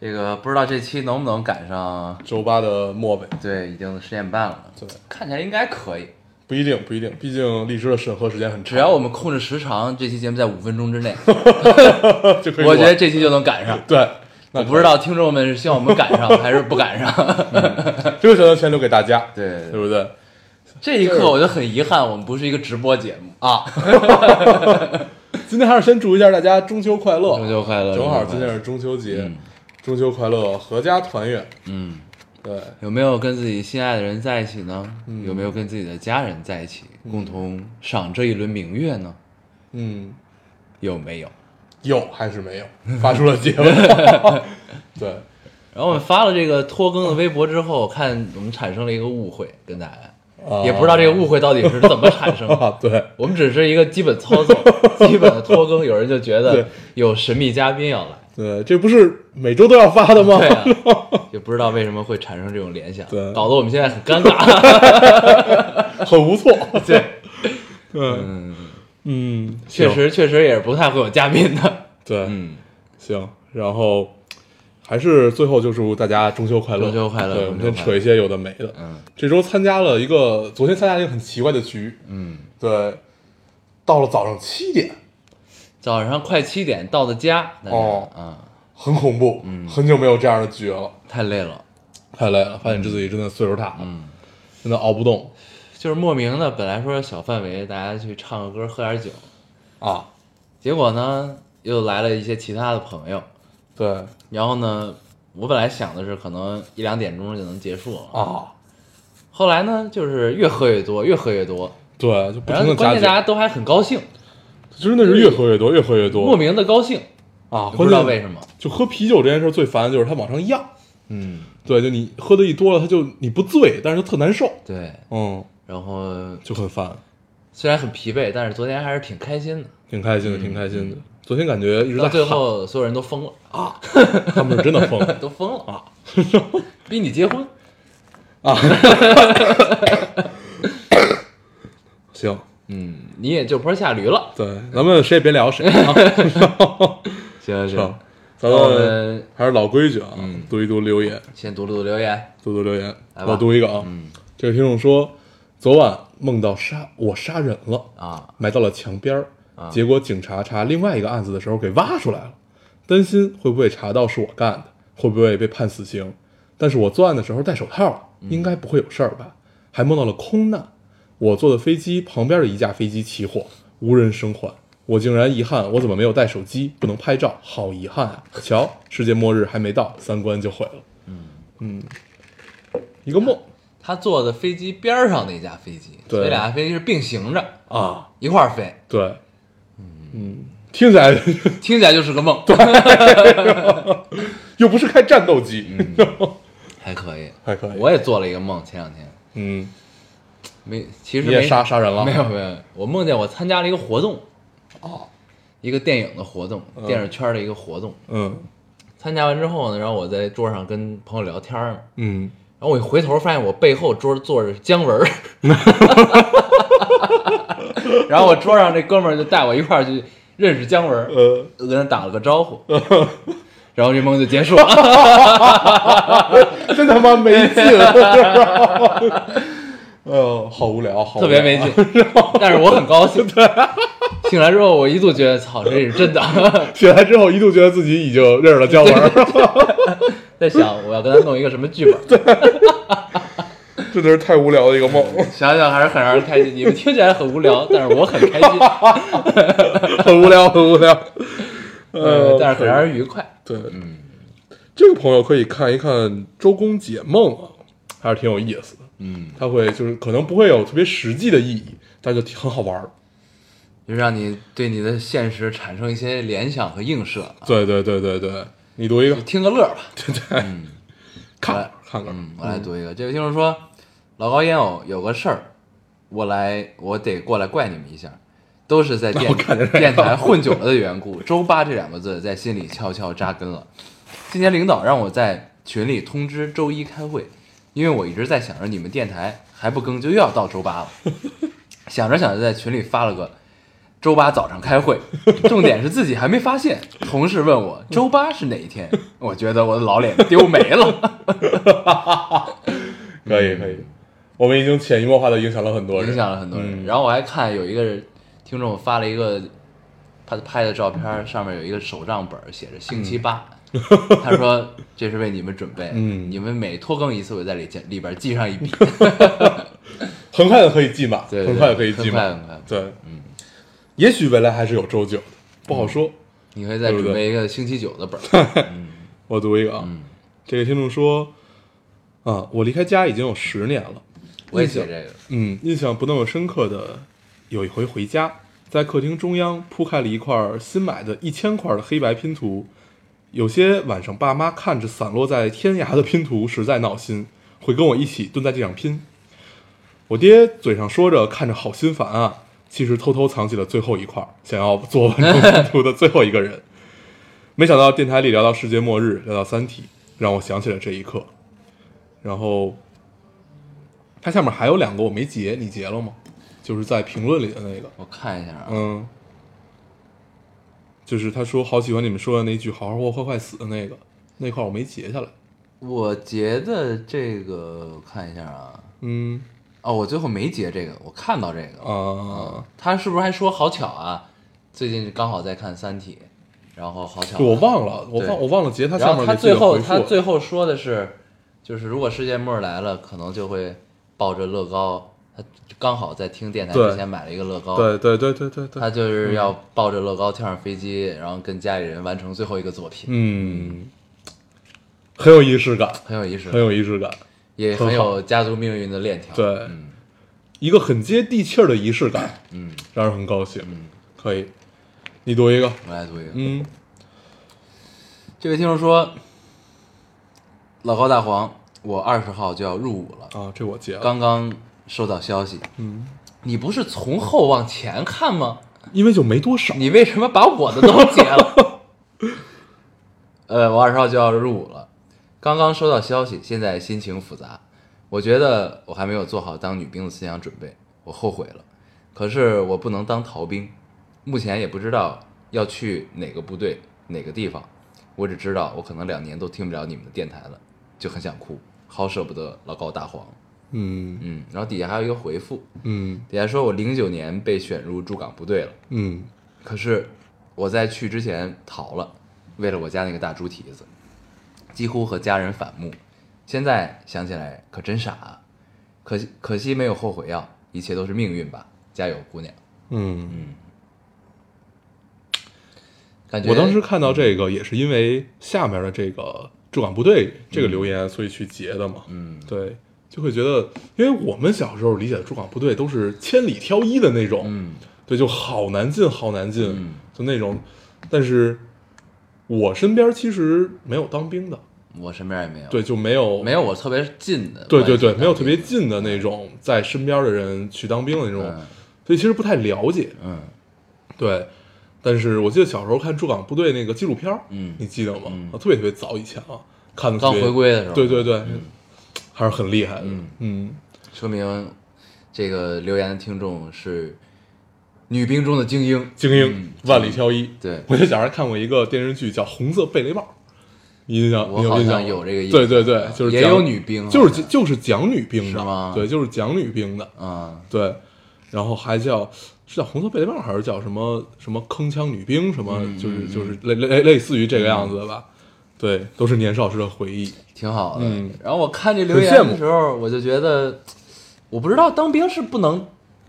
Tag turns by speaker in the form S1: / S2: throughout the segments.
S1: 这个不知道这期能不能赶上？
S2: 周八的末尾，
S1: 对，已经十点半了，
S2: 对，
S1: 看起来应该可以，
S2: 不一定，不一定，毕竟荔枝的审核时间很 长，
S1: 只要我们控制时长，这期节目在五分钟之 内，
S2: 就可以录
S1: 我
S2: 完。
S1: 觉得这期就能赶 上。
S2: 对，那
S1: 我不知道听众们是希望我们赶上 还是不赶上。
S2: 这个选择权留给大家，
S1: 对对对
S2: 对不对？
S1: 这一刻我就很遗憾，我们不是一个直播节目 啊！
S2: 今天还是先祝一下大家中秋快乐，
S1: 中秋快乐
S2: 正
S1: 中秋快
S2: 好
S1: 乐
S2: 今天是中秋节
S1: 嗯，
S2: 中秋快乐，阖家团圆。
S1: 嗯，
S2: 对，
S1: 有没有跟自己心爱的人在一起呢？有没有跟自己的家人在一起，共同赏这一轮明月呢？
S2: 嗯，
S1: 有没有？
S2: 有还是没有？发出了 结论。对，
S1: 然后我们发了这个拖更的微博之后，看我们产生了一个误会，跟大家、
S2: 啊
S1: 也不知道这个误会到底是怎么产生的。
S2: 啊， 对，
S1: 我们只是一个基本操作，基本的拖更，有人就觉
S2: 对
S1: 得有神秘嘉宾 要来，
S2: 对，这不是每周都要发的吗？
S1: 对啊，也不知道为什么会产生这种联想，
S2: 对
S1: 搞得我们现在很尴 尬。啊
S2: 很不错。
S1: 对，
S2: 对，嗯，
S1: 确
S2: 行
S1: 实确实也是不太会有嘉宾的。
S2: 对，
S1: 嗯，
S2: 行，然后还是最后就祝大家中秋快乐，
S1: 中秋快乐
S2: 对，我
S1: 中秋
S2: 们
S1: 快乐
S2: 先扯一些有的没的。
S1: 嗯，
S2: 这周参加了一个，昨天参加了一个很奇怪的局，
S1: 嗯，
S2: 对，到了早上七点，
S1: 早上快七点到的家，大家
S2: 哦
S1: 啊，
S2: 很恐怖，嗯，很久没有这样的局了，
S1: 太累了，
S2: 太累了，发现自己真的岁数大了，嗯，真的熬不动
S1: 就是莫名的，本来说小范围大家去唱个歌、喝点酒，
S2: 啊，
S1: 结果呢，又来了一些其他的朋友，
S2: 对
S1: 然后呢，我本来想的是可能一两点钟就能结束了，
S2: 啊，
S1: 后来呢，就是越喝越多，越喝越多，
S2: 对，就不
S1: 然后
S2: 停
S1: 关
S2: 的加
S1: 键大家
S2: 酒，
S1: 都还很高兴，
S2: 真的是越喝越多，越喝越多，
S1: 莫名的高兴，
S2: 啊，
S1: 不知道
S2: 关键
S1: 为什么，
S2: 就喝啤酒这件事儿最烦的就是它往上漾，
S1: 嗯，
S2: 对，就你喝的一多了，它就你不醉，但是它特难受，
S1: 对，
S2: 嗯，
S1: 然后
S2: 就很烦，
S1: 虽然很疲惫，但是昨天还是挺开心的，
S2: 挺开心的，挺开心的。昨天感觉一直
S1: 嗯到
S2: 在 喊
S1: 最，后所有人都疯了，
S2: 他们是真的疯了
S1: 都疯了 啊，逼你结婚，
S2: 行，
S1: 嗯，你也就坡下驴了，
S2: 对，咱们谁也别 聊谁啊，
S1: 行
S2: 行
S1: 行，，
S2: 咱
S1: 那我
S2: 们
S1: 们
S2: 还是老规矩啊，读一读留言，
S1: 先读了读留言，
S2: 读读留言，
S1: 来吧嗯
S2: 我读一个啊。这个听众说，昨晚梦到杀我杀人了
S1: 啊，
S2: 埋到了墙边儿，结果警察查另外一个案子的时候给挖出来了，担心会不会查到是我干的，会不会被判死刑。但是我作案的时候戴手套了，应该不会有事儿吧？还梦到了空难，我坐的飞机旁边的一架飞机起火，无人生还。我竟然遗憾我怎么没有带手机，不能拍照，好遗憾啊！瞧，世界末日还没到，三观就毁了。嗯一个梦
S1: 他坐的飞机边儿上那架飞机，
S2: 对
S1: 所以俩飞机是并行着
S2: 啊，
S1: 一块儿飞，
S2: 对，嗯，听起来
S1: 听起来就是个梦，
S2: 又不是开战斗机，
S1: 还可以。
S2: 还可以。
S1: 我也做了一个梦，前两天
S2: 嗯，
S1: 没，其实
S2: 你
S1: 没
S2: 也杀杀人了？
S1: 没有没有，我梦见我参加了一个活动，哦，一个电影的活动，电影圈的一个活动。
S2: 嗯
S1: 参加完之后呢，然后我在桌上跟朋友聊天儿嘛，
S2: 嗯，
S1: 然后我一回头发现我背后桌坐着姜文儿， 然后我桌上这哥们儿就带我一块儿去认识姜文儿，
S2: 呃，
S1: 我跟他打了个招呼，然后这梦就结束了。
S2: 真他妈没劲！ 哎呦，好无聊，好无聊啊
S1: 特别没劲，但是我很高兴。醒来之后，我一度觉得操，这是真的。
S2: 醒来之后，一度觉得自己已经认识了姜文，
S1: 在想我要跟他弄一个什么剧本，
S2: 真的是太无聊的一个梦，
S1: 想想还是很让人开心。你们听起来很无聊，但是我很开心，
S2: 很无聊，很无聊。
S1: 呃
S2: 呃，
S1: 但是很让人愉快。
S2: 对，这个朋友可以看一看《周公解梦》啊，还是挺有意思的。
S1: 嗯，
S2: 他会就是可能不会有特别实际的意义，但就挺很好玩儿。
S1: 就让你对你的现实产生一些联想和映射。
S2: 对对对对对，你读一 个嗯
S1: 就，听个乐吧，
S2: 看
S1: 我来
S2: 看看
S1: 嗯，我来读一个。这位听众说，老高烟偶有个事儿，我来，我得过来怪你们一下，都是 在电
S2: 我看着这个
S1: 电台混久了的缘故，“ 周八”这两个字在心里悄悄扎根了。今天领导让我在群里通知周一开会，因为我一直在想着你们电台还不更就又要到周 八了，想着想着在群里发了个。周八早上开会，重点是自己还没发现。同事问 我周八是哪一天，我觉得我的老脸丢没了。
S2: 嗯可以可以，我们已经潜移默化的影响了很多
S1: 嗯
S2: 人，
S1: 影响了很多人。
S2: 嗯
S1: 然后我还看有一个听众发了一个他拍的照
S2: 嗯
S1: 片，上面有一个手账本，写着星期八。 他说这是为你们准备，
S2: 嗯
S1: 你们每拖更一次，我在里记里边记上 一笔。
S2: 很快就可以记满，
S1: 对对对
S2: 很快就可以记
S1: 很快
S2: 满，
S1: 很快
S2: 对，嗯，也许未来还是有周九的，不好
S1: 嗯
S2: 说。
S1: 你可以再
S2: 对不
S1: 准
S2: 对
S1: 备一个星期九的本儿。
S2: 我读一个啊，
S1: 嗯
S2: 这个听众说，啊，我离开家已经有十年了，
S1: 我也写这个，
S2: 嗯，印象不那么深刻的，有一回回家，在客厅中央铺开了一块新买的一千块的黑白拼图，有些晚上爸妈看着散落在天涯的拼图，实在闹心，会跟我一起蹲在地上拼。我爹嘴上说着看着好心烦啊，其实偷偷藏起了最后一块，想要做完整拼图的最后一个人。没想到电台里聊到世界末日，聊到三体，让我想起了这一刻。然后它下面还有两个我没截，你截了吗？就是在评论里的那个，
S1: 我看一下啊。
S2: 嗯，就是他说好喜欢你们说的那句“好好活，快快死”的那个那块我没截下来，
S1: 我截的这个，我看一下啊。
S2: 嗯
S1: 哦，我最后没截这个，我看到这个。
S2: 啊，
S1: 他是不是还说好巧啊？最近刚好在看《三体》，然后好巧、啊，
S2: 对我忘了，我忘我忘了截他下
S1: 然后
S2: 面
S1: 他
S2: 给自己
S1: 最
S2: 的
S1: 后
S2: 回复
S1: 他
S2: 了。
S1: 最后说的是，就是如果世界末日来了，可能就会抱着乐高。他刚好在听电台
S2: 对
S1: 之前买了一个乐高，
S2: 对对对对对
S1: 他
S2: 对，
S1: 就是要抱着乐高跳上飞机，然后跟家里人完成最后一个作品，
S2: 嗯，很有仪式感，
S1: 很有仪式
S2: 很，有仪式感，
S1: 也
S2: 很
S1: 很
S2: 好
S1: 有家族命运的链条。
S2: 对
S1: 嗯
S2: 一个很接地气儿的仪式感，
S1: 嗯，
S2: 让人很高兴。可以，你读一个，
S1: 我来读一个，
S2: 嗯
S1: 这位听众说，老高大黄，我二十号就要入伍了，
S2: 啊，这我截了，
S1: 刚刚收到消息，嗯，你不是从后往前看吗？
S2: 因为就没多少，
S1: 你为什么把我的都截了？ 呃，我二十号就要入伍了，刚刚收到消息，现在心情复杂。我觉得我还没有做好当女兵的思想准备，我后悔了。可是我不能当逃兵，目前也不知道要去哪个部队、哪个地方。我只知道我可能两年都听不了你们的电台了，就很想哭，好舍不得老高大黄。
S2: 嗯
S1: 嗯，然后底下还有一个回复，
S2: 嗯
S1: 底下说我零九年被选入驻港部队了。
S2: 嗯，
S1: 可是我在去之前逃了，为了我家那个大猪蹄子，几乎和家人反目。现在想起来可真傻、啊，可惜可惜没有后悔药，一切都是命运吧。加油，姑娘！
S2: 嗯，
S1: 感觉
S2: 我当时看到这个也是因为下面的这个驻港部队这个留言，所以去截的嘛。
S1: 嗯
S2: 对，就会觉得，因为我们小时候理解的驻港部队都是千里挑一的那种，
S1: 嗯
S2: 对，就好难进，好难进，
S1: 嗯
S2: 就那种。但是我身边其实没有当兵的，
S1: 我身边也没有，
S2: 对，，就没有
S1: 没有我特别近的，
S2: 对对对，没有特别，近的那种在身边的人去当兵的那种，
S1: 嗯
S2: 所以其实不太了解。
S1: 嗯
S2: 对，但是我记得小时候看驻港部队那个纪录片儿，
S1: 嗯
S2: 你记得吗？
S1: 嗯
S2: 啊，特别特别早以前啊，看的
S1: 刚回归的时候
S2: 对对对，还是很厉害的。
S1: 嗯
S2: 嗯，
S1: 说明这个留言的听众是女兵中的精英，
S2: 精英万里挑一。
S1: 嗯对
S2: 我就小时候看过一个电视剧叫《红色贝雷帽》，你印象？
S1: 我
S2: 你有
S1: 好
S2: 印
S1: 像
S2: 象吗
S1: 有这个印
S2: 对
S1: 象
S2: 对对，就是
S1: 也
S2: 讲
S1: 有女兵啊
S2: 就是就是讲女兵的，
S1: 是吗
S2: 对，就是讲女兵的。
S1: 嗯
S2: 对，然后还叫是叫红色贝雷帽还是叫什么什么铿锵女兵什么，就是就是类类类似于这个样子的吧。对，都是年少时的回忆。
S1: 挺好的。
S2: 嗯
S1: 然后我看这留言
S2: 很羡慕
S1: 的时候，我就觉得，我不知道当兵是不能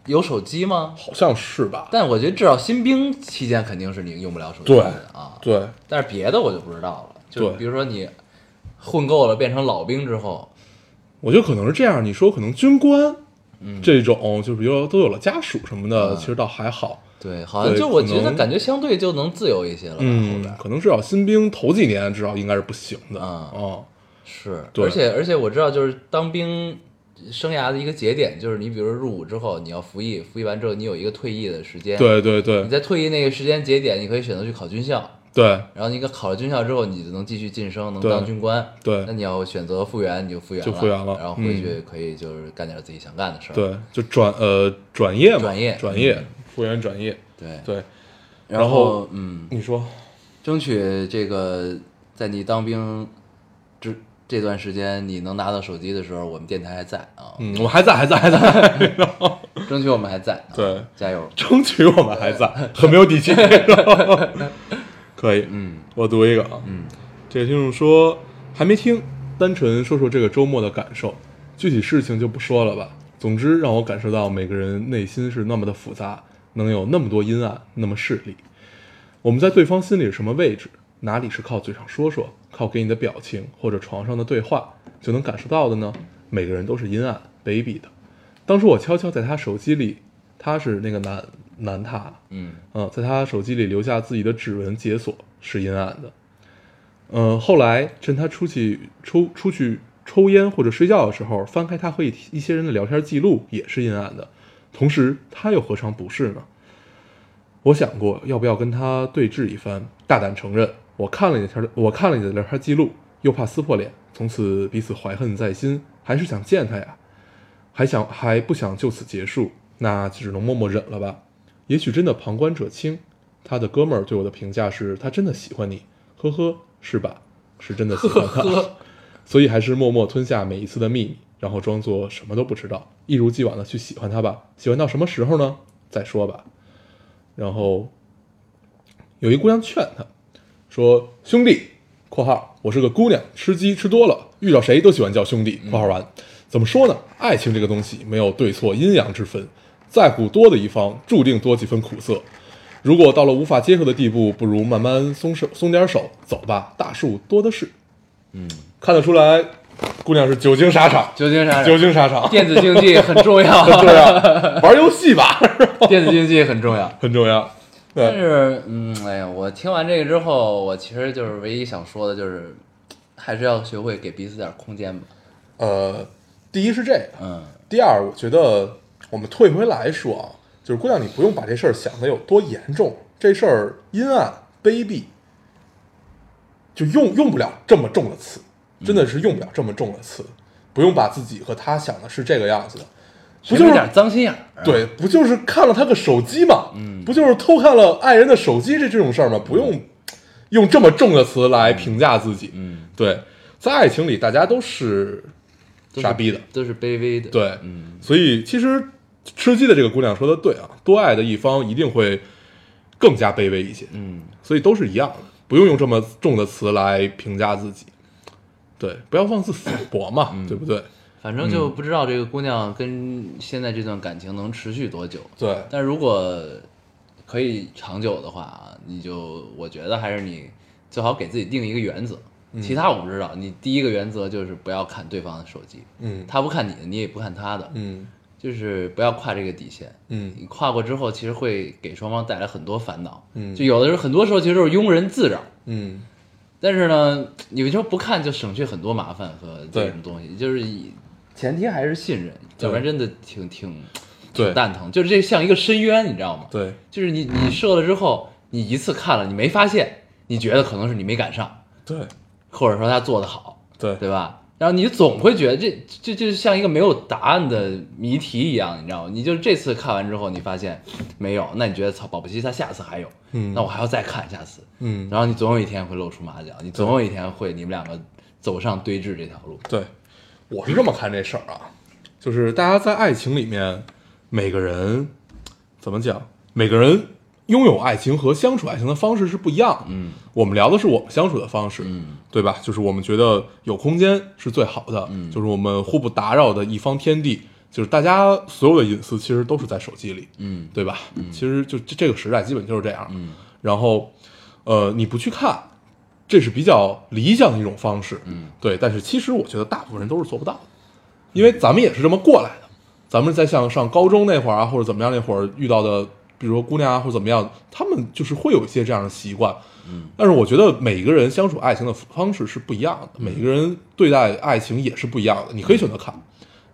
S1: 有手机吗？
S2: 好像是吧？
S1: 但我觉得至少新兵期间肯定是你用不了手机的啊。
S2: 对，
S1: 但是别的我就不知道了，就
S2: 对
S1: 是比如说你混够了变成老兵之后，
S2: 我觉得可能是这样。你说可能军官，这种就是有都有了家属什么的，
S1: 嗯
S2: 其实倒还好。
S1: 对，好像
S2: 对
S1: 就我
S2: 可
S1: 觉得
S2: 能
S1: 感觉相对就能自由一些了吧。后
S2: 嗯
S1: 边，
S2: 可能至少新兵头几年至少应该是不行的
S1: 啊
S2: 哦，
S1: 是，
S2: 对
S1: 而且而且我知道，就是当兵生涯的一个节点，就是你比如说入伍之后，你要服役，服役完之后你有一个退役的时间，，
S2: 对嗯对对
S1: 你在退役那个时间节点，你可以选择去考军校，
S2: 对
S1: 然后你考了军校之后，你就能继续晋升，能
S2: 对
S1: 当军官。那
S2: 对
S1: 你要选择复员，你就复员
S2: 就复员了嗯
S1: 然后回去可以就是干点自己想干的事儿。
S2: 对，就转呃转业嘛，嗯
S1: 转业
S2: 转业，复员转业，
S1: 对
S2: 对，
S1: 然
S2: 然
S1: 后
S2: 后
S1: 嗯，
S2: 你说
S1: 争取这个在你当兵之这段时间，你能拿到手机的时候，我们电台还在 啊，
S2: 嗯，我还在，还在，还在，然后
S1: 争取我们还在、啊，
S2: 对，
S1: 加油，
S2: 争取我们还在，很没有底气。 可以，
S1: 嗯，
S2: 我读一个啊，嗯，这个听众说还没听，单纯说说这个周末的感受，具体事情就不说了吧。总之让我感受到每个人内心是那么的复杂，能有那么多阴暗，那么势利。我们在对方心里是什么位置，哪里是靠嘴上说说，靠给你的表情或者床上的对话就能感受到的呢？每个人都是阴暗卑鄙的。当时我悄悄在他手机里，他是那个男男他，
S1: 嗯
S2: 嗯，在他手机里留下自己的指纹解锁是阴暗的。嗯，后来趁他出去抽出去抽烟或者睡觉的时候，翻开他和一一些人的聊天记录也是阴暗的。同时，他又何尝不是呢？我想过要不要跟他对峙一番，大胆承认我看了你的条，我看了你的聊天记录，又怕撕破脸，从此彼此怀恨在心，还是想见他呀。还想还不想就此结束，那就只能默默忍了吧。也许真的旁观者清。他的哥们儿对我的评价是他真的喜欢你，呵呵，是吧？是真的喜欢他， 所以还是默默吞下每一次的秘密，然后装作什么都不知道，一如既往的去喜欢他吧。喜欢到什么时候呢？再说吧。然后有一姑娘劝他说：“兄弟（括号我是个姑娘，吃鸡吃多了，遇到谁都喜欢叫兄弟）（括号完）怎么说呢？爱情这个东西没有对错阴阳之分，在乎多的一方注定多几分苦涩。如果到了无法接受的地步，不如慢慢松手，松点手，走吧，大树多的是。”嗯，看得出来，姑娘是久经沙场，
S1: 旧金山
S2: 久经沙场，
S1: 电子竞技很重要，
S2: 对啊， 玩游戏吧，
S1: 电子竞技很重要。
S2: 很重要。对
S1: 但是，嗯，哎呀，我听完这个之后，我其实就是唯一想说的就是，还是要学会给彼此点空间吧。
S2: 呃，第一是这个，
S1: 嗯，
S2: 第二，我觉得我们退回来说啊，就是姑娘，你不用把这事儿想的有多严重，这事儿阴暗卑鄙，就用用不了这么重的词，
S1: 嗯
S2: 真的是用不了这么重的词，不用把自己和他想的是这个样子的，不就
S1: 学
S2: 是
S1: 着点脏心眼儿？哎
S2: 对，不就是看了他个手机嘛，嗯，不就是偷看了爱人的手机这这种事儿
S1: 嗯
S2: 吗？不用用这么重的词来评价自己，
S1: 嗯，
S2: 对，在爱情里大家都是
S1: 都是
S2: 傻逼的，
S1: 都是卑微的。，
S2: 对，
S1: 嗯，
S2: 所以其实吃鸡的这个姑娘说的对啊，多爱的一方一定会更加卑微一些，
S1: 嗯，
S2: 所以都是一样的，不用用这么重的词来评价自己。对，不要妄自菲薄嘛，对不对？
S1: 反正就不知道这个姑娘跟现在这段感情能持续多久。
S2: 对，
S1: 但如果可以长久的话啊，你就我觉得还是你最好给自己定一个原则。
S2: 嗯
S1: 其他我不知道，你第一个原则就是不要看对方的手机，
S2: 嗯
S1: 他不看你的，你也不看他的，
S2: 嗯
S1: 就是不要跨这个底线。
S2: 嗯
S1: 你跨过之后，其实会给双方带来很多烦恼。
S2: 嗯
S1: 就有的时候，很多时候其实就是庸人自扰。
S2: 嗯，
S1: 但是呢，有时候不看就省去很多麻烦和这
S2: 对
S1: 种东西，就是以前提还是信任，
S2: 对
S1: 要不然真的挺挺挺
S2: 对
S1: 蛋疼。就是这像一个深渊，你知道吗？
S2: 对
S1: 就是你你射了之后，你一次看了，你没发现，你觉得可能是你没赶上，
S2: 对
S1: 或者说他做得好，
S2: 对
S1: 对吧？然后你总会觉得这这这就像一个没有答案的谜题一样，你知道吗？你就这次看完之后，你发现没有，那你觉得操，保不齐他下次还有，
S2: 嗯
S1: 那我还要再看下次，
S2: 嗯
S1: 然后你总有一天会露出马脚，你总有一天会你们两个走上对峙这条路。
S2: 对，我是这么看这事儿啊，就是大家在爱情里面，每个人怎么讲，每个人拥有爱情和相处爱情的方式是不一样的。嗯，我们聊的是我们相处的方式，嗯，对吧？就是我们觉得有空间是最好的，嗯，就是我们互不打扰的一方天地，就是大家所有的隐私其实都是在手机里，
S1: 嗯，
S2: 对吧？其实就这这个时代基本就是这样。嗯，然后，呃，你不去看，这是比较理想的一种方式。嗯，对。但是其实我觉得大部分人都是做不到的，因为咱们也是这么过来的。咱们在像上高中那会儿啊，或者怎么样那会儿遇到的，比如说姑娘啊或者怎么样，他们就是会有一些这样的习惯。但是我觉得每个人相处爱情的方式是不一样的，每个人对待爱情也是不一样的。你可以选择看，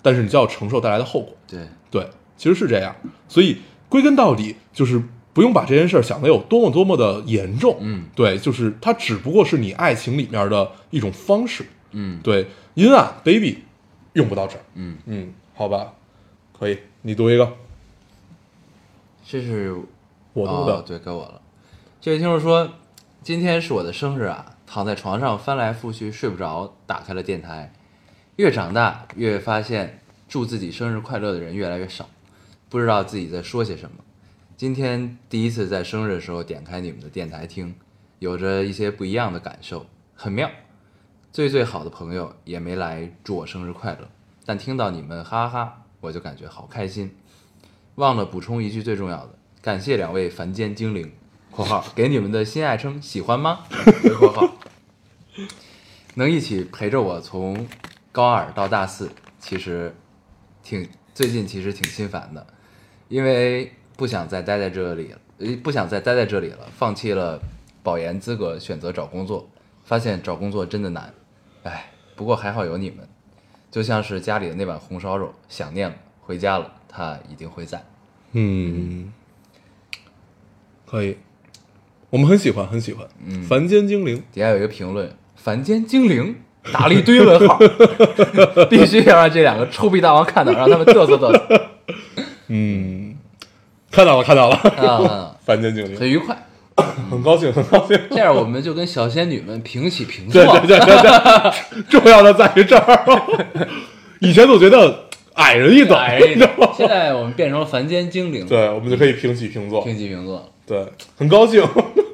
S2: 但是你就要承受带来的后果。
S1: 对，
S2: 对，其实是这样。所以归根到底，就是不用把这件事儿想的有多么多么的严重。
S1: 嗯，
S2: 对，就是它只不过是你爱情里面的一种方式。
S1: 嗯，
S2: 对，阴暗 baby 用不到这儿。
S1: 嗯
S2: 嗯，好吧，可以，你读一个，
S1: 这是
S2: 我读的。
S1: 哦对，该我了。这位听众说，今天是我的生日啊，躺在床上翻来覆去睡不着，打开了电台。越长大越发现，祝自己生日快乐的人越来越少，不知道自己在说些什么。今天第一次在生日的时候点开你们的电台听，有着一些不一样的感受，很妙。最最好的朋友也没来祝我生日快乐，但听到你们哈哈，我就感觉好开心。忘了补充一句最重要的，感谢两位凡间精灵（括号给你们的新爱称喜欢吗？）回括号，能一起陪着我从高二到大四，其实挺最近其实挺心烦的，因为不想再待在这里了，呃，不想再待在这里了，放弃了保研资格，选择找工作，发现找工作真的难，哎，不过还好有你们，就像是家里的那碗红烧肉，想念了，回家了，他一定会在。
S2: 嗯，可以，我们很喜欢，很喜欢。嗯，凡间精灵，
S1: 底下有一个评论：“凡间精灵”， 打了一堆问号， 必须要让这两个臭逼大王看到，让他们嘚瑟嘚瑟
S2: 看到了，看到了，
S1: 啊，
S2: 凡间精灵，
S1: 很愉快。
S2: 很高兴，很高 兴。
S1: 这样我们就跟小仙女们平起平坐
S2: 对。对对对对，重要的在于这儿。 以前总觉得矮人一 等，
S1: 哎
S2: 你知道吗？
S1: 现在我们变成了凡间精灵，
S2: 对，我们就可以平起平坐。
S1: 平起平坐。
S2: 对，很高兴，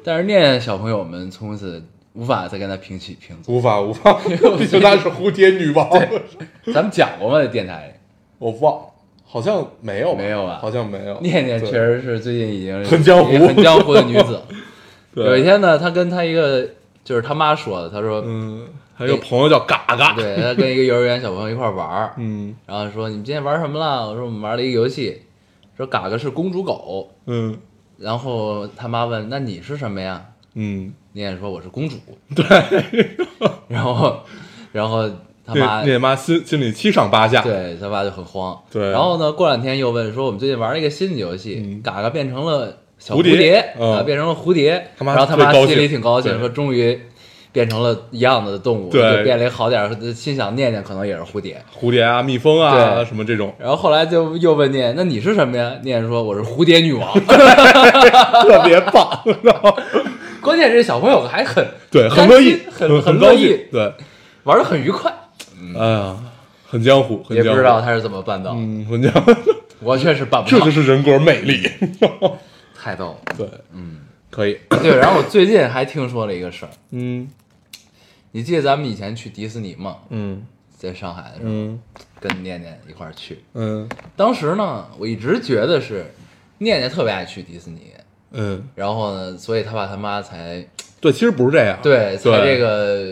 S1: 但是念小朋友们从此无法再跟他平起平坐。
S2: 无法无法，毕竟她是蝴蝶女王。
S1: 咱们讲过吗？在电台
S2: 我忘了，好像没有吧？
S1: 没有吧
S2: 好像没有。
S1: 念念
S2: 对
S1: 确实是最近已经
S2: 很江湖
S1: 已经很江湖的女子。
S2: 对
S1: 有一天呢，她跟她一个就是她妈说的，她说，
S2: 嗯，还有一个朋友叫嘎嘎。
S1: 对，她跟一个幼儿园小朋友一块儿玩儿，
S2: 嗯
S1: 然后说你们今天玩什么了？我说我们玩了一个游戏，说嘎嘎是公主狗，
S2: 嗯
S1: 然后他妈问那你是什么呀？
S2: 嗯，
S1: 你也说我是公主，对， 然后然后他妈
S2: 那那妈心心里七上八下。
S1: 对他妈就很慌，
S2: 对
S1: 然后呢过两天又问说我们最近玩了一个新的游戏，
S2: 嗯
S1: 嘎嘎变成了小
S2: 蝴
S1: 蝴
S2: 蝶嗯
S1: 啊、变成了蝴蝶，
S2: 他妈
S1: 然后他
S2: 特别
S1: 妈
S2: 高
S1: 心里
S2: 兴
S1: 挺高兴，
S2: 对
S1: 说终于。变成了一样的动物，
S2: 对
S1: 就变了一个好点儿，心想念念可能也是蝴蝶，
S2: 蝴蝶啊，蜜蜂啊，
S1: 对
S2: 什么这种
S1: 然后后来就又问念，那你是什么呀？念说我是蝴蝶女王。
S2: 特别棒，然后
S1: 关键是小朋友还很
S2: 对，很
S1: 开
S2: 乐意
S1: 心，
S2: 很
S1: 很
S2: 高
S1: 乐
S2: 兴
S1: 意，，
S2: 对，
S1: 玩的很愉快。
S2: 哎呀，很江湖，很
S1: 也
S2: 江湖，
S1: 不知道他是怎么办到，
S2: 嗯，很江湖，
S1: 我确实办不
S2: 这
S1: 到
S2: 就，是人格魅 力，
S1: 太逗了。
S2: 对，嗯，可以，
S1: 对，然后我最近还听说了一个事儿，
S2: 嗯
S1: 你记得咱们以前去迪士尼吗？
S2: 嗯
S1: 在上海的时候，
S2: 嗯
S1: 跟念念一块儿去。
S2: 嗯
S1: 当时呢，我一直觉得是念念特别爱去迪士尼，
S2: 嗯，
S1: 然后呢，所以他爸他妈才
S2: 对，其实不是这样，
S1: 对，才
S2: 对
S1: 这个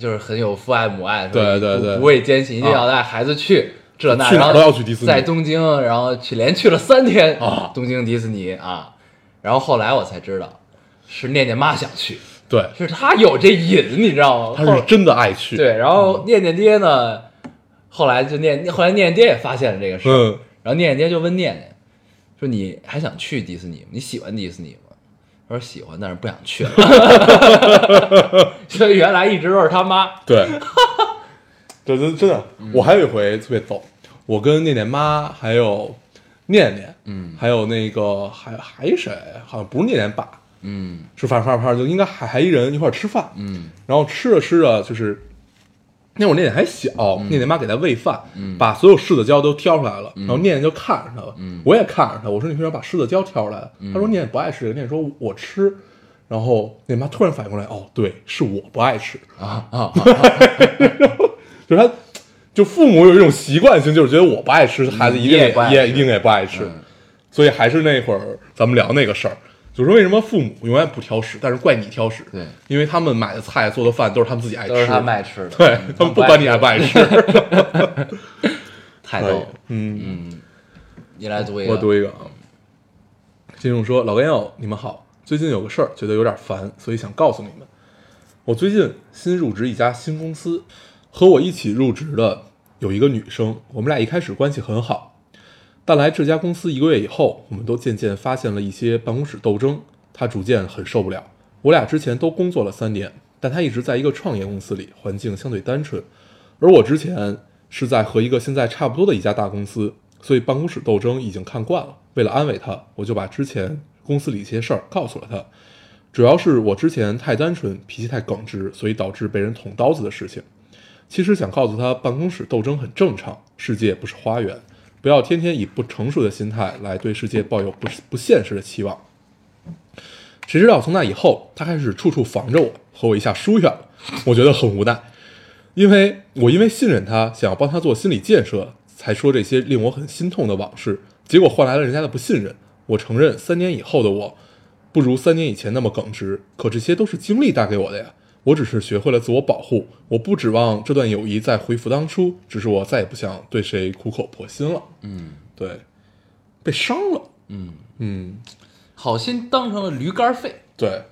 S1: 就是很有父爱母爱，
S2: 对对
S1: 不
S2: 对啊
S1: 不畏艰辛，一定要带孩子去这那，
S2: 去哪
S1: 然后
S2: 儿都要去迪士尼
S1: 在东京，然后去连去了三天
S2: 啊
S1: 东京迪士尼啊，然后后来我才知道是念念妈想去，
S2: 对，
S1: 是她有这瘾，你知道吗？
S2: 他
S1: 后
S2: 是啊真的爱去，，
S1: 对，然后念念爹呢，后来就念，后来念念爹也发现了这个事儿，
S2: 嗯，
S1: 然后念念爹就问念念说：“你还想去迪士尼吗？你喜欢迪士尼吗？”他说：“喜欢，但是不想去了。” 所以原来一直都是他妈。
S2: 对， 对，真真的，我还有一回特别逗，我跟念念妈还有念念，嗯，还有那个还还谁，好像不是念念爸，
S1: 嗯
S2: 是反正反正反正就应该还还一人一块儿吃饭，
S1: 嗯
S2: 然后吃着吃着就是。那会儿念念还小，念念妈给他喂饭，把所有柿子椒都挑出来了，然后念念就看着他了，我也看着他，我说你为什么把柿子椒挑出来了？他说念念不爱吃这个，念念说我吃，然后念念妈突然反应过来，哦，对，是我不爱吃，
S1: 啊 啊，
S2: 就是他，就父母有一种习惯性，就是觉得我不爱吃，孩子一
S1: 你
S2: 定
S1: 也不爱吃嗯
S2: 也一定也不爱吃，所以还是那会儿咱们聊那个事儿，就是为什么父母永远不挑食，但是怪你挑食，
S1: 对
S2: 因为他们买的菜做的饭都是他们自己爱吃，
S1: 都是他们爱吃的，
S2: 对他们不管你爱 不爱吃，
S1: 太逗了。
S2: 嗯，
S1: 嗯，你来读一个，
S2: 我读一个啊。金勇说：“老干药，你们好。最近有个事儿觉得有点烦，所以想告诉你们。我最近新入职一家新公司，和我一起入职的有一个女生，我们俩一开始关系很好，但来这家公司一个月以后，我们都渐渐发现了一些办公室斗争，她逐渐很受不了。我俩之前都工作了三年，但她一直在一个创业公司里，环境相对单纯，而我之前是在和一个现在差不多的一家大公司，所以办公室斗争已经看惯了。为了安慰她，我就把之前公司里一些事儿告诉了她。主要是我之前太单纯，脾气太耿直，所以导致被人捅刀子的事情。其实想告诉她，办公室斗争很正常，世界不是花园，不要天天以不成熟的心态来对世界抱有不不现实的期望。谁知道从那以后，她开始处处防着我，和我一下疏远了。我觉得很无奈，因为我因为信任她，想要帮她做心理建设，才说这些令我很心痛的往事，结果换来了人家的不信任。我承认，三年以后的我，不如三年以前那么耿直，可这些都是经历带给我的呀。我只是学会了自我保护，我不指望这段友谊再恢复当初，只是我再也不想对谁苦口婆心了。
S1: 嗯
S2: 对，被伤了。
S1: 嗯，
S2: 嗯，
S1: 好心当成了驴肝肺，
S2: 对，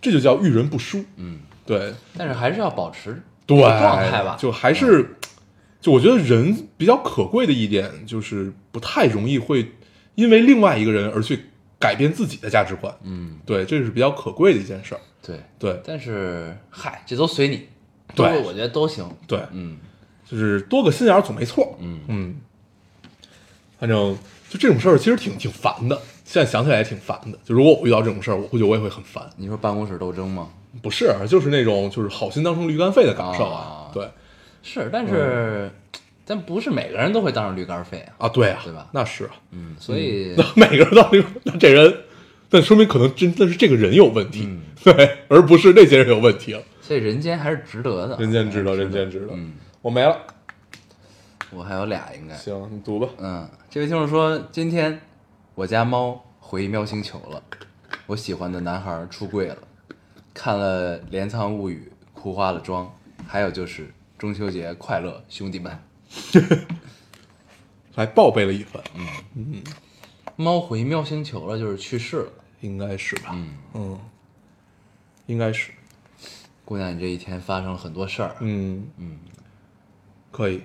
S2: 这就叫遇人不淑。
S1: 嗯，
S2: 对，
S1: 但是还是要保持
S2: 对
S1: 状态吧，嗯
S2: 就还是，就我觉得人比较可贵的一点就是不太容易会因为另外一个人而去改变自己的价值观。
S1: 嗯
S2: 对，这是比较可贵的一件事儿。
S1: 对。
S2: 对
S1: 但是嗨，这都随你，
S2: 对
S1: 不过我觉得都行，
S2: 对，
S1: 嗯
S2: 就是多个心眼儿总没错。
S1: 嗯
S2: 嗯，反正就这种事儿其实挺挺烦的，现在想起来也挺烦的。就如果我遇到这种事儿，我估计我也会很烦。
S1: 你说办公室斗争吗？
S2: 不是，就是那种就是好心当成驴肝肺的感受啊
S1: 啊。
S2: 对
S1: 是，但是但不是每个人都会当上驴肝肺啊，
S2: 啊，对啊，
S1: 对吧
S2: 那是啊。
S1: 嗯，所以
S2: 那每个人到底那这人，那说明可能真的是这个人有问
S1: 嗯
S2: 题， 对，而不是那些人有问题了。
S1: 所以人间还是值得的，
S2: 人间知道，人间知道。
S1: 嗯
S2: 我没了，
S1: 我还有俩应该，
S2: 行，你读吧。
S1: 嗯，这位听众说，今天我家猫回喵星球了，我喜欢的男孩出柜了，看了《镰仓物语》，哭花了妆，还有就是中秋节快乐，兄弟们！
S2: 还报备了一番，
S1: 嗯猫回喵星球了，就是去世了。
S2: 应该是吧？嗯，应该是，
S1: 姑娘，你这一天发生了很多事儿，啊
S2: 嗯嗯，可以。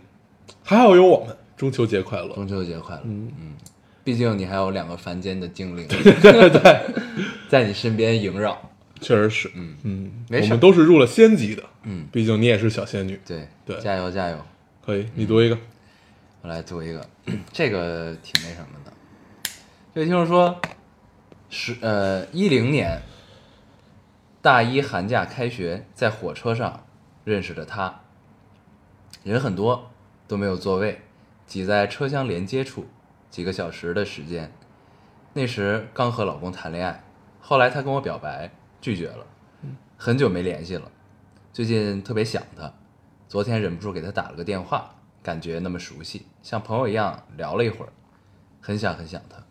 S2: 还好有我们，中秋节快乐。
S1: 中秋节快乐，嗯毕竟你还有两个凡间的精 灵 在你身边萦绕，
S2: 确实是，嗯嗯，
S1: 没事
S2: 我们都是入了仙籍的，
S1: 嗯
S2: 毕竟你也是小仙女。
S1: 对
S2: 对
S1: 加油加油！
S2: 可
S1: 嗯
S2: 以，你读一个。
S1: 我来读一个， 这个挺那什么的。这位听众说，十呃一零年大一寒假开学，在火车上认识的他，人很多，都没有座位，挤在车厢连接处，几个小时的时间。那时刚和老公谈恋爱，后来他跟我表白，拒绝了，很久没联系了，最近特别想他，昨天忍不住给他打了个电话，感觉那么熟悉，像朋友一样聊了一会儿，很想很想他，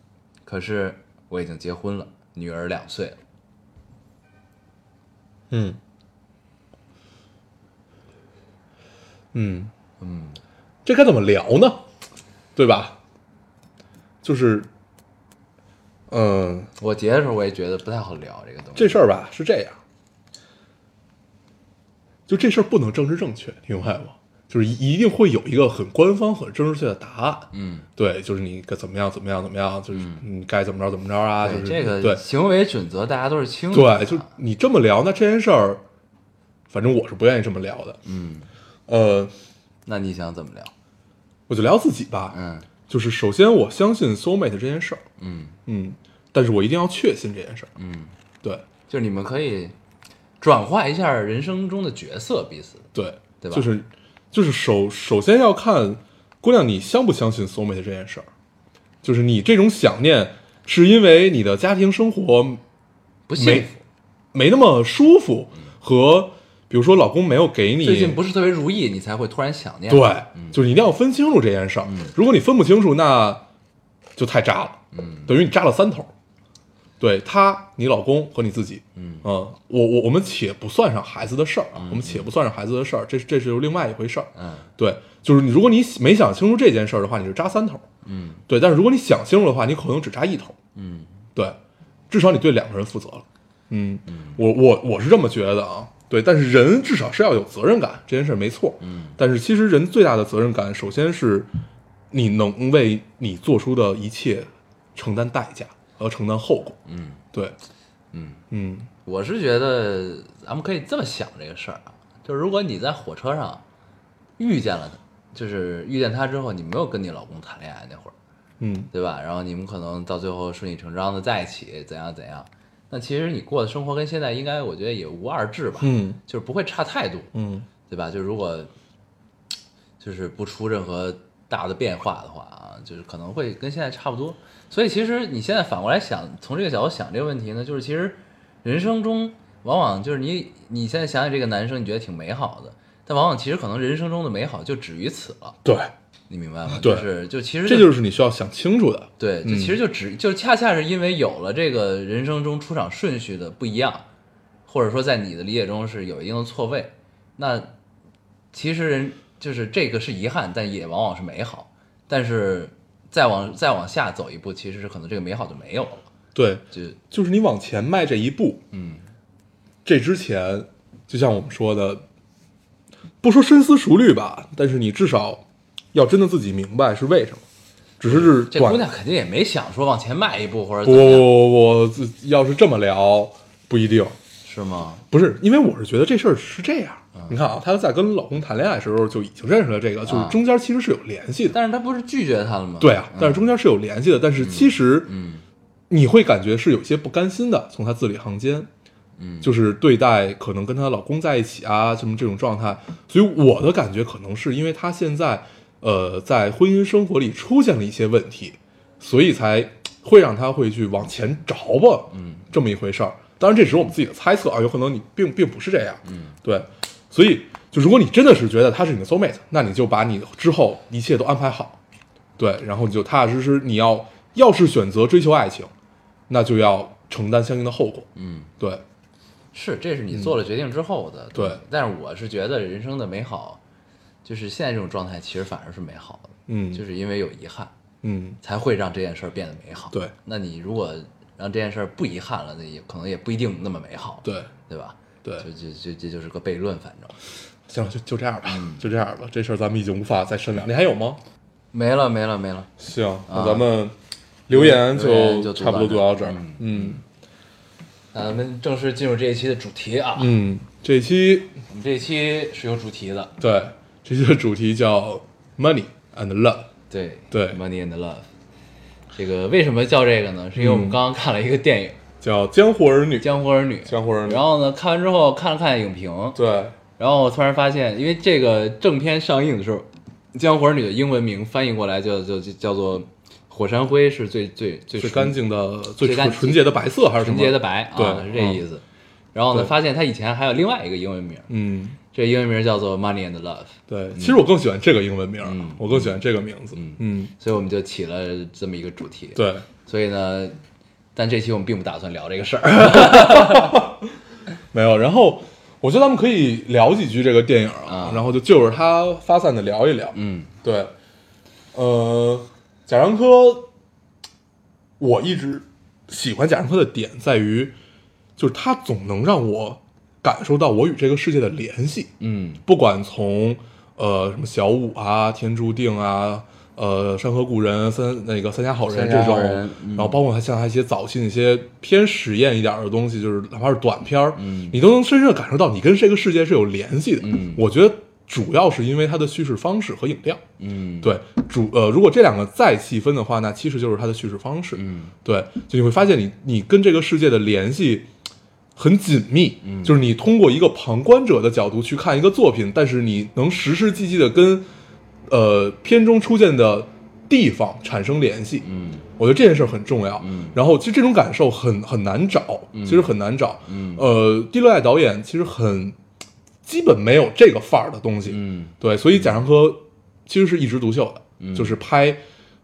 S1: 可是我已经结婚了，女儿两岁了，
S2: 嗯，嗯嗯，这该怎么聊呢？对吧？就是，嗯，
S1: 我结的时候我也觉得不太好聊这个东西，
S2: 这事儿吧是这样，就这事儿不能政治正确，你明白吗？就是一一定会有一个很官方、很政治正确的答案。
S1: 嗯，
S2: 对，就是你该怎么样，怎么样，怎么样，就是你该怎么着，怎么着啊？就
S1: 对
S2: 是
S1: 这
S2: 对
S1: 个，行为准则大家都是清楚的，
S2: 对，就你这么聊，那这件事儿，反正我是不愿意这么聊的。
S1: 嗯，
S2: 呃，
S1: 那你想怎么聊？
S2: 我就聊自己吧。
S1: 嗯
S2: 就是首先我相信 soul mate 这件事儿，
S1: 嗯
S2: 嗯，但是我一定要确信这件事儿。
S1: 嗯，
S2: 对
S1: 就是你们可以转化一下人生中的角色彼此，
S2: 对
S1: 对吧
S2: 就是就是首首先要看姑娘你相不相信 soul mate 这件事儿，就是你这种想念是因为你的家庭生活
S1: 不
S2: 没
S1: 幸福，嗯
S2: 没那么舒服，和比如说老公没有给你
S1: 最近不是特别如意，你才会突然想念，嗯
S2: 对，就是你一定要分清楚这件事儿。如果你分不清楚，那就太渣了，
S1: 嗯
S2: 等于你扎了三头。对他，你老公和你自己，嗯，我我我们且不算上孩子的事儿啊，我们且不算上孩子的事儿，这这是另外一回事儿。
S1: 嗯
S2: 对，就是你如果你没想清楚这件事儿的话，你是扎三头，
S1: 嗯
S2: 对。但是如果你想清楚的话，你可能只扎一头，
S1: 嗯
S2: 对。至少你对两个人负责了。嗯，我我我是这么觉得啊，对，但是人至少是要有责任感，这件事儿没错。嗯，但是其实人最大的责任感，首先是你能为你做出的一切承担代价和承担后果。
S1: 嗯，
S2: 对，
S1: 嗯
S2: 嗯
S1: 我是觉得咱们可以这么想这个事儿啊，就是如果你在火车上遇见了他，就是遇见他之后，你没有跟你老公谈恋爱那会儿，
S2: 嗯，
S1: 对吧？然后你们可能到最后顺理成章的在一起，怎样怎样。那其实你过的生活跟现在应该，我觉得也无二致吧，
S2: 嗯，
S1: 就是不会差太多，
S2: 嗯
S1: 对吧？就如果就是不出任何大的变化的话啊，就是可能会跟现在差不多。所以其实你现在反过来想，从这个角度想这个问题呢，就是其实人生中往往就是你你现在想想这个男生，你觉得挺美好的，但往往其实可能人生中的美好就止于此了，
S2: 对，
S1: 你明白吗？
S2: 对
S1: 就是就其实
S2: 这就是你需要想清楚的。
S1: 对，就
S2: 嗯
S1: 其实就只、就恰恰是因为有了这个人生中出场顺序的不一样，或者说在你的理解中是有一定的错位，那其实人就是这个是遗憾，但也往往是美好。但是再往再往下走一步，其实是可能这个美好就没有了。
S2: 对，
S1: 就
S2: 就是你往前迈这一步，
S1: 嗯，
S2: 这之前，就像我们说的，不说深思熟虑吧，但是你至少要真的自己明白是为什么。只是
S1: 这
S2: 短
S1: 姑娘肯定也没想说往前迈一步或者
S2: 不
S1: 怎么样，
S2: 我自要是这么聊，不一定
S1: 是吗？
S2: 不是，因为我是觉得这事儿是这样。你看啊，她在跟老公谈恋爱的时候就已经认识了这个，就是
S1: 啊
S2: 中间其实是有联系的。
S1: 但是她不是拒绝他了吗？
S2: 对啊，但
S1: 嗯
S2: 是中间是有联系的，但是其实
S1: 嗯
S2: 你会感觉是有些不甘心的，从她字里行间，
S1: 嗯
S2: 就是对待可能跟她老公在一起啊，什么这种状态。所以我的感觉可能是因为她现在，呃，在婚姻生活里出现了一些问题，所以才会让她会去往前找吧，
S1: 嗯，
S2: 这么一回事儿。当然，这只是我们自己的猜测啊，有可能你并并不是这样，嗯，对。所以，就如果你真的是觉得她是你的 soul mate，那你就把你之后一切都安排好，对，然后你就踏踏实实，你要要是选择追求爱情，那就要承担相应的后果，
S1: 嗯。
S2: 对，
S1: 是，这是你做了决定之后的。
S2: 嗯对，
S1: 但是我是觉得人生的美好，就是现在这种状态，其实反而是美好的，
S2: 嗯，
S1: 就是因为有遗憾，
S2: 嗯，
S1: 才会让这件事儿变得美好。
S2: 对，
S1: 那你如果让这件事儿不遗憾了，那也可能也不一定那么美好。，
S2: 对
S1: 对吧？
S2: 对，
S1: 就就就这就是个悖论，反正
S2: 行了，就就这样吧，
S1: 嗯
S2: 就这样吧，这事儿咱们已经无法再深聊。你还有吗？
S1: 没了没了没了。
S2: 行，那
S1: 啊
S2: 咱们留言
S1: 留言就
S2: 差不多
S1: 读
S2: 读
S1: 到
S2: 到
S1: 这
S2: 这
S1: 儿
S2: 儿。嗯
S1: 那咱们正式进入这一期的主题啊，
S2: 嗯，这期
S1: 我们这一期是有主题的，
S2: 对这期的主题叫 Money and Love。
S1: 对
S2: 对
S1: ，Money and Love。这个为什么叫这个呢？是因为我们
S2: 嗯
S1: 刚刚看了一个电影
S2: 叫江湖儿女
S1: 《江湖儿女》，
S2: 江湖儿女
S1: 然后呢，看完之后看了看影评，
S2: 对，
S1: 然后我突然发现，因为这个正片上映的时候，《江湖儿女》的英文名翻译过来就就就叫做《火山灰》，是最最最
S2: 最
S1: 纯
S2: 干净的、最
S1: 最干
S2: 纯
S1: 净
S2: 纯洁的白色还是什
S1: 纯
S2: 么？
S1: 洁的。白
S2: 对嗯
S1: 啊，是这意思。然后呢，
S2: 对
S1: 发现它以前还有另外一个英文名，
S2: 嗯，
S1: 这英文名叫做《Money and Love》，
S2: 对。其实我更喜欢这个英文名儿
S1: 嗯，
S2: 我更喜欢这个名字。嗯，
S1: 所以我们就起了这么一个主题。，
S2: 对。
S1: 所以呢，但这期我们并不打算聊这个事儿。
S2: 没有。然后我觉得咱们可以聊几句这个电影啊
S1: 啊，
S2: 然后就就着它发散的聊一聊。
S1: 嗯
S2: 对，呃，贾樟柯，我一直喜欢贾樟柯的点在于，就是他总能让我感受到我与这个世界的联系。
S1: 嗯
S2: 不管从呃什么小五啊、天注定啊、呃山河故人、三那个三峡好人
S1: 三
S2: 这
S1: 峡好
S2: 种，
S1: 人嗯
S2: 然后包括他像他一些早期那些偏实验一点儿的东西，就是哪怕是短片儿，你都能深深的感受到你跟这个世界是有联系的。
S1: 嗯
S2: 我觉得主要是因为它的叙事方式和影调。
S1: 嗯，
S2: 对，主呃，如果这两个再细分的话，那其实就是它的叙事方式。
S1: 嗯，
S2: 对，就你会发现你你跟这个世界的联系很紧密，嗯，就是你通过一个旁观者的角度去看一个作品，但是你能实实际际的跟呃片中出现的地方产生联系，
S1: 嗯
S2: 我觉得这件事儿很重要。
S1: 嗯
S2: 然后其实这种感受很很难找，其实很难找。
S1: 嗯
S2: 呃，蒂勒艾导演其实很基本没有这个范儿的东西。
S1: 嗯
S2: 对，所以贾樟柯其实是一枝独秀的，就是拍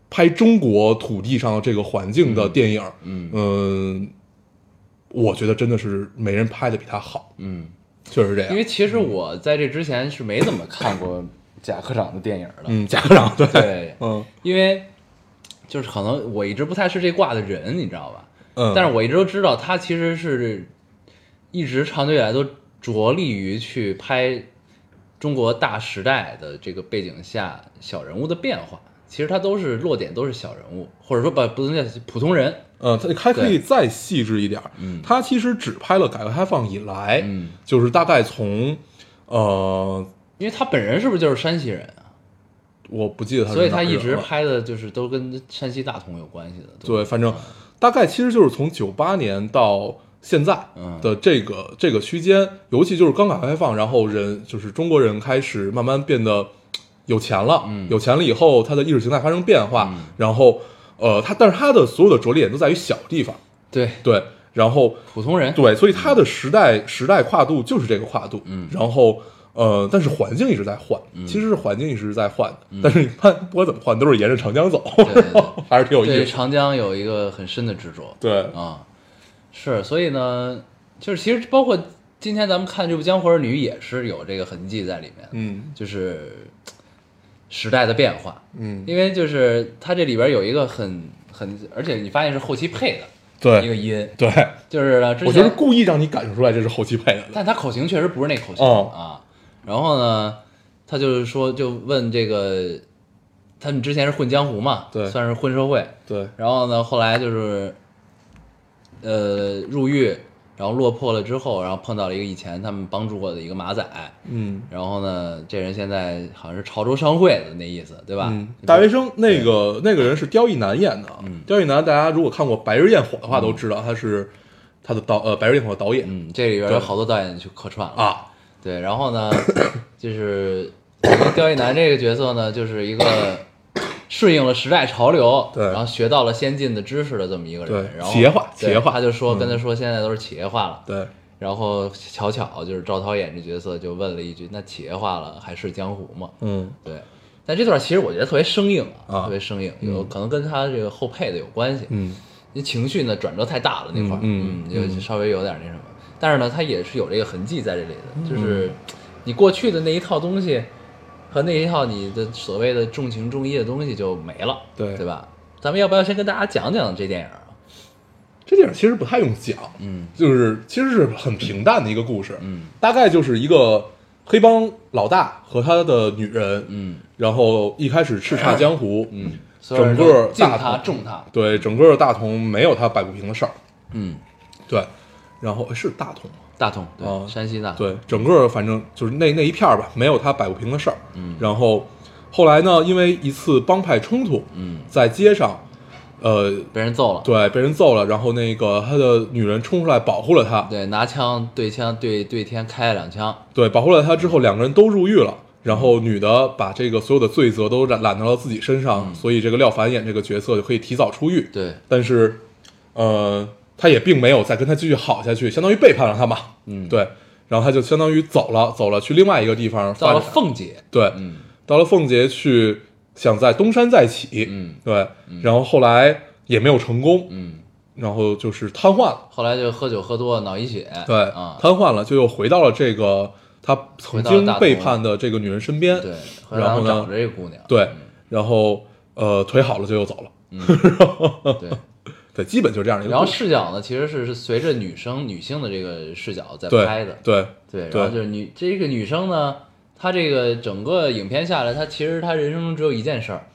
S2: 拍中国土地上的这个环境的电影，
S1: 嗯
S2: 嗯、我觉得真的是没人拍的比他好，
S1: 嗯，
S2: 确实是这
S1: 因
S2: 样。
S1: 为其实我在这之前是没怎么看过贾科长的电影的。
S2: 嗯，贾科长对，
S1: 对，
S2: 嗯
S1: 因为就是可能我一直不太是这挂的人，你知道吧？
S2: 嗯
S1: 但是我一直都知道他其实是一直长久以来都着力于去拍中国大时代的这个背景下小人物的变化。其实他都是落点，都是小人物，或者说把不能叫普通人。
S2: 嗯，它还可以
S1: 对
S2: 再细致一点儿。
S1: 嗯
S2: 它其实只拍了改革开放以来，
S1: 嗯
S2: 就是大概从，呃，
S1: 因为他本人是不是就是山西人啊？
S2: 我不记得他是
S1: 所以
S2: 哪
S1: 他
S2: 儿
S1: 一
S2: 人
S1: 直
S2: 了
S1: 拍的就是都跟山西大同有关系的。都
S2: 对，反正大概其实就是从九八年到现在
S1: 嗯
S2: 的这个、这个区间，尤其就是刚改革开放，然后人就是中国人开始慢慢变得有钱了，
S1: 嗯
S2: 有钱了以后，他的意识形态发生变化，
S1: 嗯
S2: 然后呃，他但是他的所有的着力点都在于小地方，
S1: 对
S2: 对，然后
S1: 普通人，
S2: 对，所以它的时代时代跨度就是这个跨度，
S1: 嗯
S2: 然后呃，但是环境一直在换，其实是环境一直在换的，但是你看不管怎么换，都是沿着长江走，
S1: 嗯对对
S2: 还是挺有
S1: 对
S2: 意思的，
S1: 长江有一个很深的执着。
S2: 对，
S1: 啊，是，所以呢，就是其实包括今天咱们看这部《江湖儿女》也是有这个痕迹在里面，
S2: 嗯
S1: 就是时代的变化，
S2: 嗯，
S1: 因为就是它这里边有一个很很，而且你发现是后期配的一个
S2: 对
S1: 音，
S2: 对，
S1: 就是呢之
S2: 我觉得
S1: 前，
S2: 故意让你感受出来这是后期配的，
S1: 但他口型确实不是那口型、
S2: 哦
S1: 啊，然后呢，他就是说就问这个。他们之前是混江湖嘛，
S2: 对
S1: 算是混社会，
S2: 对，
S1: 然后呢，后来就是，呃，入狱，然后落魄了之后，然后碰到了一个以前他们帮助过的一个马仔，
S2: 嗯
S1: 然后呢，这人现在好像是潮州商会的那意思，对吧？
S2: 嗯，大学生那个那个人是刁亦男演的，刁亦男大家如果看过《白日焰火》的话都知道他是他的导呃《白日焰火》的导演
S1: 嗯，这里边
S2: 对
S1: 有好多导演去客串了，
S2: 啊，
S1: 对，然后呢，就是呃刁亦男这个角色呢，就是一个顺应了时代潮流，
S2: 对
S1: 然后学到了先进的知识的这么一个人
S2: 对，
S1: 然后
S2: 企业化
S1: 对
S2: 企业化嗯
S1: 他就说跟他说现在都是企业化了，
S2: 对，
S1: 然后巧巧就是赵涛演这角色就问了一句：“那企业化了还是江湖吗
S2: 嗯？”
S1: 对，但这段其实我觉得特别生硬
S2: 啊
S1: 特别生硬，有可能跟他这个后配的有关系。
S2: 嗯，
S1: 那情绪呢转折太大了那块儿，
S2: 嗯
S1: 嗯，就稍微有点那什么。但是呢，他也是有这个痕迹在这里的，
S2: 嗯
S1: 就是你过去的那一套东西和那一套你的所谓的重情重义的东西就没了，
S2: 对
S1: 对吧？咱们要不要先跟大家讲讲这电影啊？
S2: 这电影其实不太用讲，
S1: 嗯
S2: 就是其实是很平淡的一个故事，
S1: 嗯
S2: 大概就是一个黑帮老大和他的女人，
S1: 嗯
S2: 然后一开始叱咤江湖，
S1: 嗯，所有
S2: 整
S1: 人都
S2: 个
S1: 敬
S2: 大
S1: 他
S2: 同
S1: 重他，
S2: 对整个大同没有他摆不平的事儿，
S1: 嗯，
S2: 对，然后哎是大同吗？
S1: 大同，对，
S2: 啊
S1: 山西大同，
S2: 对，整个反正就是那那一片儿吧，没有他摆不平的事儿。嗯，然后后来呢，因为一次帮派冲突，
S1: 嗯，
S2: 在街上，呃，
S1: 被人揍了，
S2: 对，被人揍了，然后那个他的女人冲出来保护了他，
S1: 对，拿枪对枪对对天开了两枪，
S2: 对，保护了他之后，两个人都入狱了。然后女的把这个所有的罪责都揽揽到了自己身上，所以这个廖凡演这个角色就可以提早出狱。
S1: 对，
S2: 但是，呃，他也并没有再跟他继续好下去，相当于背叛了他嘛。
S1: 嗯，
S2: 对，然后他就相当于走了，走了去另外一个地方发
S1: 到了
S2: 展。
S1: 凤姐，
S2: 对，
S1: 嗯
S2: 到了凤姐去想在东山再起，
S1: 嗯
S2: 对，然后后来也没有成功，
S1: 嗯，
S2: 然后就是瘫痪了，
S1: 后来就喝酒喝多了脑溢血，
S2: 对，
S1: 啊，
S2: 瘫痪了就又回到了这个他曾
S1: 回到
S2: 经
S1: 大同
S2: 背叛的这个女人身边，
S1: 对，后来
S2: 然后
S1: 找
S2: 呢
S1: 着，这个姑娘，
S2: 对，然后呃腿好了就又走了，
S1: 对，
S2: 对，基本就是这样一个
S1: 然后
S2: 故事，
S1: 视角呢其实是是随着女生女性的这个视角在
S2: 对
S1: 拍的，
S2: 对
S1: 对，然
S2: 对
S1: 后就是女这个女生呢，她这个整个影片下来，她其实她人生中只有一件事儿，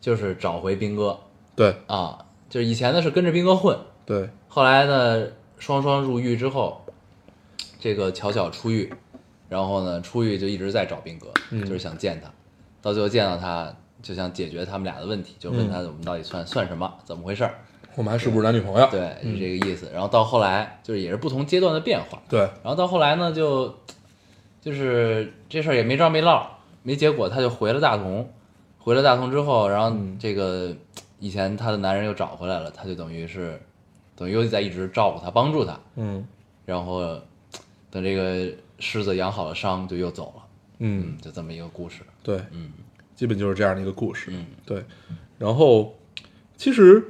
S1: 就是找回兵哥
S2: 对
S1: 啊，就是以前呢是跟着兵哥混。
S2: 对，
S1: 后来呢，双双入狱之后，这个巧巧出狱，然后呢，出狱就一直在找兵哥，就是想见他，到最后见到他，就想解决他们俩的问题，就问他我们到底算、算什么，怎么回事儿？
S2: 我们还是不是男女朋友？
S1: 对，是这个意思。然后到后来，就是也是不同阶段的变化，
S2: 对
S1: 然后到后来呢，就就是这事儿也没着没落，没结果，他就回了大同，回了大同之后，然后
S2: 嗯
S1: 这个以前他的男人又找回来了，他就等于是等于又在一直照顾他，帮助他，
S2: 嗯
S1: 然后等这个狮子养好了伤，就又走了，
S2: 嗯
S1: 嗯，，就这么一个故事，
S2: 对，
S1: 嗯，
S2: 基本就是这样的一个故事。
S1: 嗯，
S2: 对。然后，其实，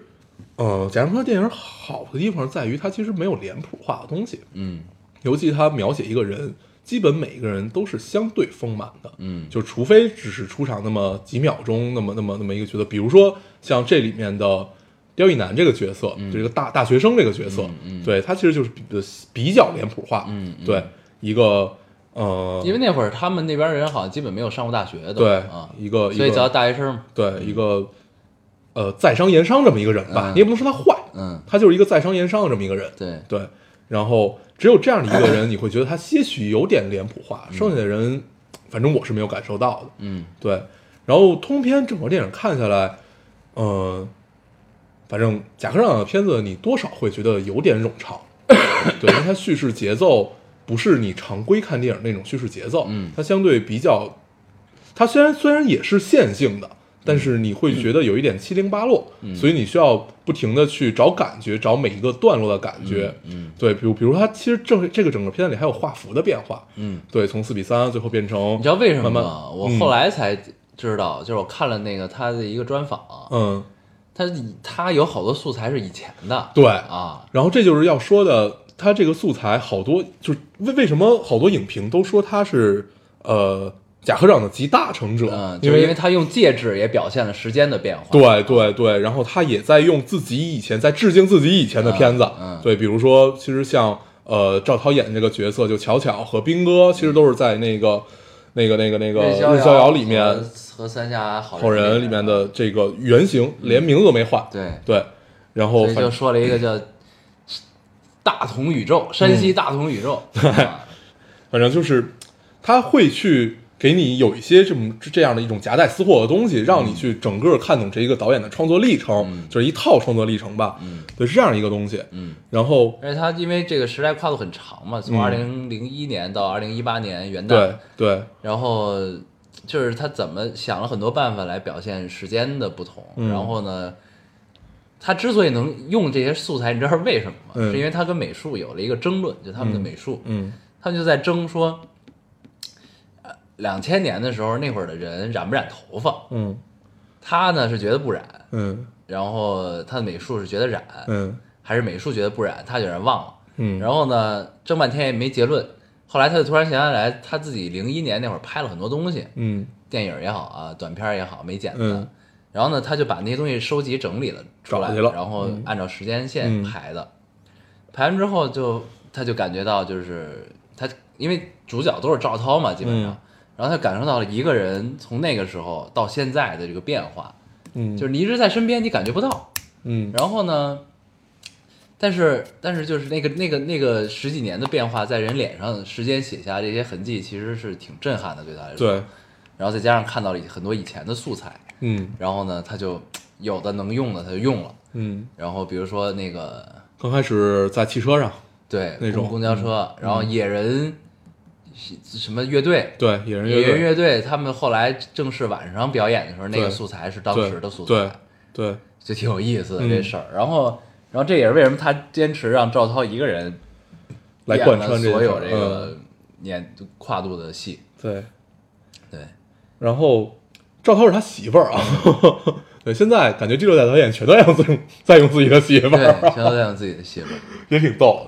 S2: 呃，贾樟柯电影好的地方在于它其实没有脸谱化的东西，
S1: 嗯
S2: 尤其他描写一个人，基本每一个人都是相对丰满的，
S1: 嗯，
S2: 就除非只是出场那么几秒钟，那么那么那么一个角色，比如说像这里面的刁亦男这个角色，
S1: 嗯
S2: 就是一个大大学生这个角色，对他其实就是比比较脸谱化，
S1: 嗯嗯
S2: 对一个呃，
S1: 因为那会儿他们那边人好像基本没有上过大学的，
S2: 对
S1: 啊，
S2: 一个
S1: 所以
S2: 一个
S1: 叫大学生嘛，
S2: 对一个呃在商言商这么一个人吧，
S1: 嗯
S2: 你也不能说他坏，
S1: 嗯，
S2: 他就是一个在商言商的这么一个人，
S1: 对，
S2: 对，然后只有这样的一个人，你会觉得他些许有点脸谱化，剩下的人，反正我是没有感受到的。
S1: 嗯
S2: 对，然后通篇整个电影看下来，嗯，反正贾科长的片子你多少会觉得有点冗 长，对，因为它叙事节奏不是你常规看电影那种叙事节奏，
S1: 嗯
S2: 它相对比较，它虽然虽然也是线性
S1: 嗯
S2: 的。但是你会觉得有一点七零八落，所以你需要不停的去找感觉，找每一个段落的感觉。
S1: 嗯
S2: 对，比如比如它其实这这个整个片子里还有画幅的变化，
S1: 嗯，
S2: 对，从四比三最后变成
S1: 你知道为什么
S2: 慢
S1: 吗？
S2: 慢
S1: 我
S2: 嗯
S1: 后来才知道，就是我看了那个他的一个专访，
S2: 嗯，
S1: 他以他有好多素材是以前的，
S2: 对
S1: 啊，
S2: 然后这就是要说的，它这个素材好多就是为为什么好多影评都说它是呃贾科长的集大成者，
S1: 嗯，就
S2: 啊因
S1: 是
S2: 为
S1: 因为他用介质也表现了时间的变化，
S2: 对对对，然后他也在用自己以前在致敬自己以前的片子，
S1: 嗯嗯
S2: 对，比如说其实像呃赵涛演的这个角色就巧巧和斌哥，其实都是在那个、那个那个那个
S1: 日逍
S2: 日逍遥里面
S1: 和和三峡好
S2: 好人里面
S1: 的，
S2: 的这个原型，连名字都没换，
S1: 对，
S2: 对，然后
S1: 所以
S2: 反
S1: 就说了一个 叫大同宇
S2: 嗯
S1: 宙，山西大同宇 宙，啊
S2: 反正就是他会去给你有一些这么这样的一种夹带私货的东西，让你去整个看懂这一个导演的创作历程，就是一套创作历程吧。嗯，对，是这样一个东西。
S1: 嗯。
S2: 然后
S1: 而且它因为这个时代跨度很长嘛，从二零零一年到二零一八年元旦
S2: 嗯对，对，
S1: 然后就是他怎么想了很多办法来表现时间的不同，
S2: 嗯
S1: 然后呢，他之所以能用这些素材，你知道是为什么吗？
S2: 嗯
S1: 是因为他跟美术有了一个争论，就他们的美术，
S2: 嗯
S1: 他们就在争说，呃两千年的时候那会儿的人染不染头发，
S2: 嗯
S1: 他呢是觉得不染，
S2: 嗯
S1: 然后他的美术是觉得染，
S2: 嗯
S1: 还是美术觉得不染，他有点忘了。
S2: 嗯，
S1: 然后呢，争半天也没结论。后来他就突然想起来，他自己零一年那会儿拍了很多东西，
S2: 嗯
S1: 电影也好啊，短片也好，没剪的。
S2: 嗯
S1: 然后呢，他就把那些东西收集整理了出来，
S2: 找去了
S1: 然后按照时间线
S2: 嗯
S1: 排的。排完之后就，他就感觉到就是他，因为主角都是赵涛嘛，基本上，
S2: 嗯
S1: 然后他感受到了一个人从那个时候到现在的这个变化，
S2: 嗯，
S1: 就是你一直在身边，你感觉不到。
S2: 嗯
S1: 然后呢，但是但是就是那个那个那个十几年的变化，在人脸上时间写下这些痕迹，其实是挺震撼的，对他来说。
S2: 对，
S1: 然后再加上看到了很多以前的素材，
S2: 嗯
S1: 然后呢，他就有的能用的他就用了。
S2: 嗯，
S1: 然后比如说那个
S2: 刚开始在汽车上，
S1: 对
S2: 那种嗯
S1: 公公交车，然后野人什么乐队。
S2: 对野人
S1: 野人
S2: 队
S1: 乐队他们后来正式晚上表演的时候，那个
S2: 对
S1: 素材是当
S2: 对
S1: 时的素材，
S2: 对对，
S1: 就挺有意思的
S2: 嗯
S1: 这事儿。然后，然后这也是为什么他坚持让赵涛一个人
S2: 来
S1: 演
S2: 贯
S1: 了
S2: 穿这
S1: 所
S2: 件
S1: 有
S2: 事
S1: 这
S2: 儿嗯
S1: 个年跨度的戏。
S2: 对。
S1: 对，
S2: 然后赵涛是他媳妇儿啊。 对，现在感觉第六代导演全都在用自己在用自己的媳妇
S1: 对，
S2: 儿，
S1: 全都在用自己的戏份。
S2: 也挺逗。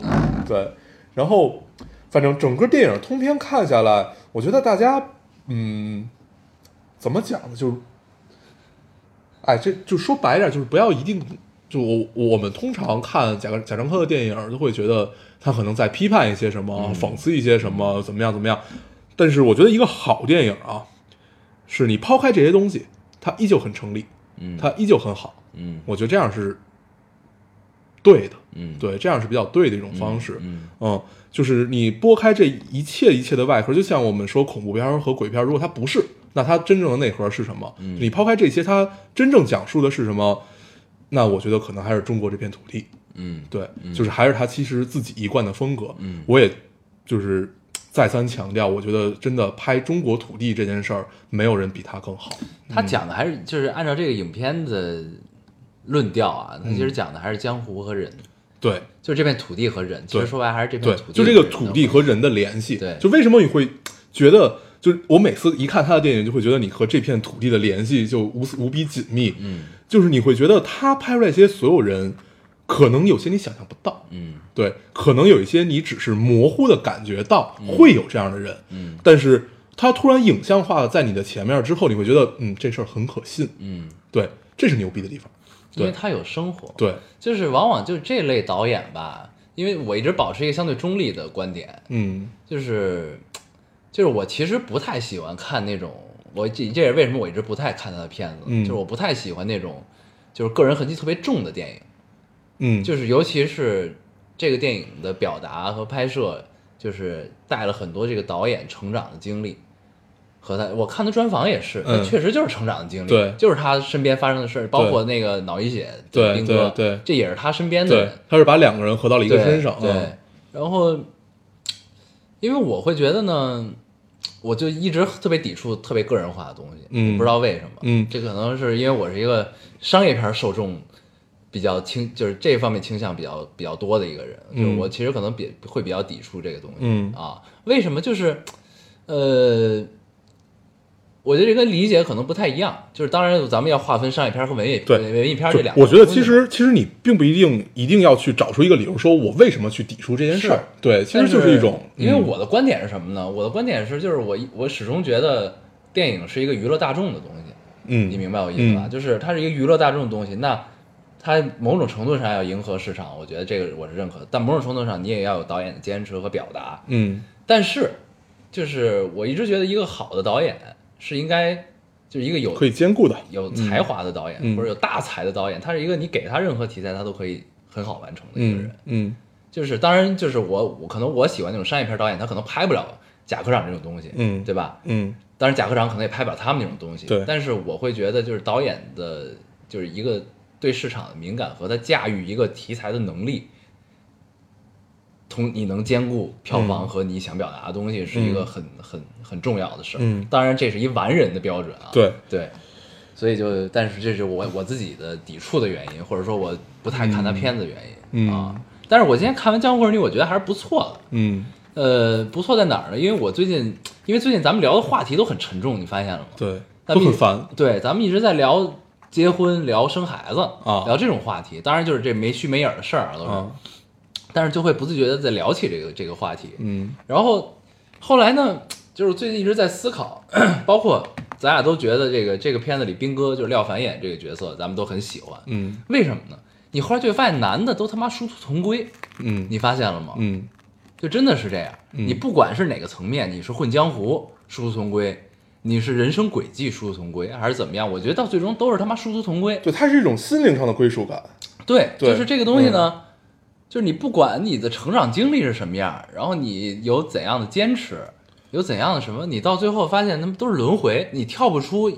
S2: 对，然后反正整个电影通篇看下来，我觉得大家嗯，怎么讲呢？就是，哎，这就说白点儿，就是不要一定就我我们通常看贾贾樟柯的电影，都会觉得他可能在批判一些什么，讽刺一些什么，怎么样怎么样。但是我觉得一个好电影啊，是你抛开这些东西，它依旧很成立，
S1: 嗯，
S2: 它依旧很好。
S1: 嗯
S2: 我觉得这样是对的，
S1: 嗯，
S2: 对，这样是比较对的一种方式。
S1: 嗯
S2: 嗯，就是你拨开这一切一切的外壳，就像我们说恐怖片儿和鬼片儿，如果它不是，那它真正的内核是什么？
S1: 嗯
S2: 你抛开这些，它真正讲述的是什么？那我觉得可能还是中国这片土地，
S1: 嗯，
S2: 对，就是还是他其实自己一贯的风格。
S1: 嗯
S2: 我也就是再三强调，我觉得真的拍中国土地这件事儿，没有人比他更好。
S1: 他讲的还是就是按照这个影片的论调啊，他其
S2: 嗯
S1: 实讲的还是江湖和人，
S2: 对，
S1: 就是这片土地和人。其
S2: 对
S1: 实说白了还是这片
S2: 对
S1: 土地，，
S2: 就这个土地。和人的联系。
S1: 对
S2: 就为什么你会觉得，就是我每次一看他的电影，就会觉得你和这片土地的联系就无无比紧密。
S1: 嗯
S2: 就是你会觉得他拍出来这些所有人，可能有些你想象不到，
S1: 嗯
S2: 对，可能有一些你只是模糊的感觉到会有这样的人，
S1: 嗯
S2: 但是他突然影像化在你的前面之后，你会觉得，嗯，这事儿很可信，
S1: 嗯，
S2: 对，这是牛逼的地方。
S1: 因为
S2: 对
S1: 他有生活。，
S2: 对，
S1: 就是往往就是这类导演吧，因为我一直保持一个相对中立的观点，
S2: 嗯
S1: 就是就是我其实不太喜欢看那种，我这这也是为什么我一直不太看他的片子，
S2: 嗯
S1: 就是我不太喜欢那种就是个人痕迹特别重的电影，
S2: 嗯，
S1: 就是尤其是这个电影的表达和拍摄，就是带了很多这个导演成长的经历。和他，我看他专访也是，
S2: 嗯
S1: 他确实就是成长的经历，
S2: 对
S1: 就是他身边发生的事儿，包括那个脑溢血，
S2: 对
S1: 丁哥，
S2: 对对
S1: 这也是他身边的
S2: 对
S1: 人，，
S2: 他是把两个人合到了一个
S1: 对
S2: 身上，
S1: 对
S2: 嗯，
S1: 然后因为我会觉得呢，我就一直特别抵触特别个人化的东西，
S2: 嗯
S1: 我不知道为什么，
S2: 嗯
S1: 这可能是因为我是一个商业片受众比较倾，就是这方面倾向比较比较多的一个人，
S2: 嗯
S1: 就是我其实可能比会比较抵触这个东西，
S2: 嗯
S1: 啊，为什么就是，呃。我觉得这跟理解可能不太一样，就是当然咱们要划分商业片和文艺
S2: 对
S1: 文艺片
S2: 就
S1: 这两个东
S2: 我
S1: 西
S2: 觉
S1: 嘛。
S2: 得其实其实你并不一定一定要去找出一个理由，说我为什么去抵触这件事儿
S1: 是。
S2: 对，其实就
S1: 但
S2: 是
S1: 是
S2: 一种，
S1: 因为
S2: 嗯
S1: 我的观点是什么呢？我的观点是，就是我一我始终觉得电影是一个娱乐大众的东西，
S2: 嗯，
S1: 你明白我意思吧？
S2: 嗯
S1: 就是它是一个娱乐大众的东西，那它某种程度上要迎合市场，我觉得这个我是认可的。但某种程度上，你也要有导演的坚持和表达。
S2: 嗯
S1: 但是，就是我一直觉得一个好的导演是应该就是一个有
S2: 可以兼顾的，
S1: 有才华的导演、
S2: 嗯
S1: 或者有大才的导演，他是一个你给他任何题材他都可以很好完成的一个人。
S2: 嗯嗯
S1: 就是当然就是我我可能我喜欢那种商业片导演，他可能拍不了贾科长这种东西，
S2: 嗯
S1: 对吧？
S2: 嗯
S1: 当然贾科长可能也拍不了他们那种东西，
S2: 对
S1: 但是我会觉得就是导演的就是一个对市场的敏感和他驾驭一个题材的能力，同你能兼顾
S2: 嗯
S1: 票房和你想表达的东西是一个很、很很重要的事儿。
S2: 嗯
S1: 当然这是一完人的标准啊。
S2: 对
S1: 对。所以就，但是这是我我自己的抵触的原因，或者说我不太看他片子的原因、
S2: 嗯
S1: 啊。但是我今天看完《江湖儿女》，我觉得还是不错的。
S2: 嗯，
S1: 呃，不错在哪儿呢？因为我最近，因为最近咱们聊的话题都很沉重，你发现了吗？
S2: 对，
S1: 咱
S2: 都
S1: 们一
S2: 很烦。
S1: 对，咱们一直在聊结婚、聊生孩子
S2: 啊
S1: 聊这种话题。当然就是这没虚没影儿的事儿啊，都是。
S2: 啊，
S1: 但是就会不自觉的在聊起这个这个话题。
S2: 嗯
S1: 然后后来呢，就是最近一直在思考， 包括咱俩都觉得这个这个片子里兵哥就是廖凡演这个角色，咱们都很喜欢。
S2: 嗯
S1: 为什么呢？你后来就会发现，男的都他妈殊途同归，
S2: 嗯
S1: 你发现了吗？
S2: 嗯
S1: 就真的是这样。你不管是哪个层面，你是混江湖殊途同归，你是人生轨迹殊途同归，还是怎么样？我觉得到最终都是他妈殊途同归。
S2: 对，它是一种心灵上的归属感。
S1: 对，
S2: 对
S1: 就是这个东西呢，就是你不管你的成长经历是什么样，然后你有怎样的坚持，有怎样的什么，你到最后发现他们都是轮回，你跳不出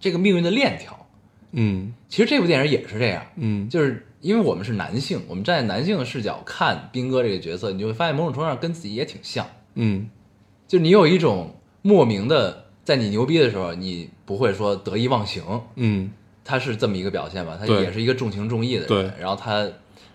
S1: 这个命运的链条。
S2: 嗯
S1: 其实这部电影也是这样，
S2: 嗯
S1: 就是因为我们是男性，我们站在男性的视角看斌哥这个角色，你就会发现某种程度上跟自己也挺像，
S2: 嗯
S1: 就你有一种莫名的，在你牛逼的时候，你不会说得意忘形，
S2: 嗯
S1: 他是这么一个表现吧，他
S2: 对
S1: 也是一个重情重义的人。
S2: 对
S1: 然后他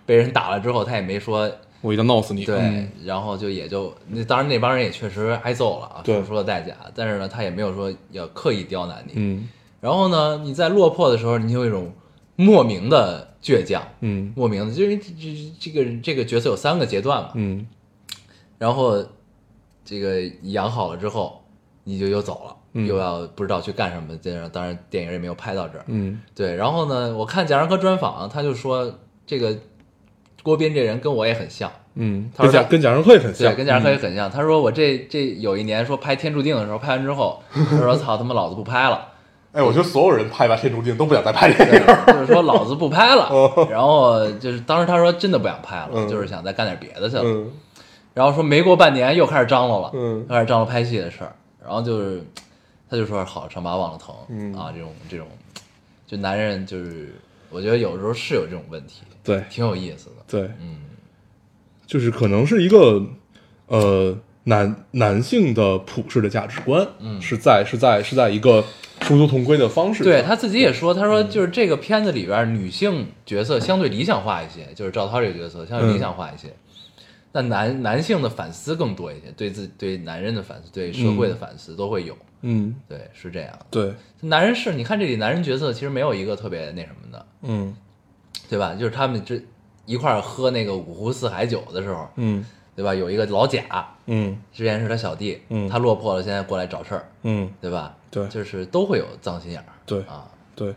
S1: 被人打了之后，他也没说
S2: 我一定闹死你。
S1: 对，
S2: 嗯
S1: 然后就也就那当然那帮人也确实挨揍了啊，
S2: 对
S1: 付出了代价，但是呢，他也没有说要刻意刁难你。
S2: 嗯
S1: 然后呢，你在落魄的时候，你就有一种莫名的倔强，
S2: 嗯
S1: 莫名的，就是这这这个这个角色有三个阶段嘛，
S2: 嗯
S1: 然后这个养好了之后，你就又走了，
S2: 嗯
S1: 又要不知道去干什么，这样当然电影也没有拍到这儿，
S2: 嗯
S1: 对，然后呢，我看贾樟柯专访，他就说这个郭斌这人跟我也很像，
S2: 嗯，
S1: 他
S2: 跟
S1: 说
S2: 贾
S1: 他
S2: 跟贾樟柯也很
S1: 对，
S2: 像，嗯
S1: 跟贾樟柯也很像。他说我这这有一年说拍《天注定》的时候，拍完之后，他说操他妈老子不拍 了，
S2: 哎，我觉得所有人拍完《天注定》都不想再拍电影。
S1: 对就是说老子不拍了。然后就是当时他说真的不想拍了，
S2: 哦嗯
S1: 就是想再干点别的去了。
S2: 嗯
S1: 然后说没过半年又开始张罗了，
S2: 嗯
S1: 开始张罗拍戏的事儿。然后就是他就说好伤疤忘了疼、
S2: 嗯
S1: 啊，这种这种，就男人就是我觉得有时候是有这种问题，
S2: 对
S1: 挺有意思的。
S2: 对，
S1: 嗯，
S2: 就是可能是一个呃男男性的普世的价值观，
S1: 嗯
S2: 是在是在是在一个殊途同归的嗯方式上，
S1: 对他自己也说，他说就是这个片子里边儿女性角色相对理想化一些，就是赵涛这个角色相
S2: 嗯
S1: 对理想化一些，但男男性的反思更多一些，对自对男人的反思，对社会的反思都会有，
S2: 嗯，
S1: 对，是这样。
S2: 对，
S1: 男人是你看这里男人角色其实没有一个特别那什么的，
S2: 嗯
S1: 对吧？就是他们这一块儿喝那个五湖四海酒的时候，
S2: 嗯
S1: 对吧？有一个老贾，
S2: 嗯
S1: 之前是他小弟，
S2: 嗯
S1: 他落魄了，现在过来找事儿，
S2: 嗯，
S1: 对吧？
S2: 对
S1: 就是都会有脏心眼儿，
S2: 对
S1: 啊，
S2: 对，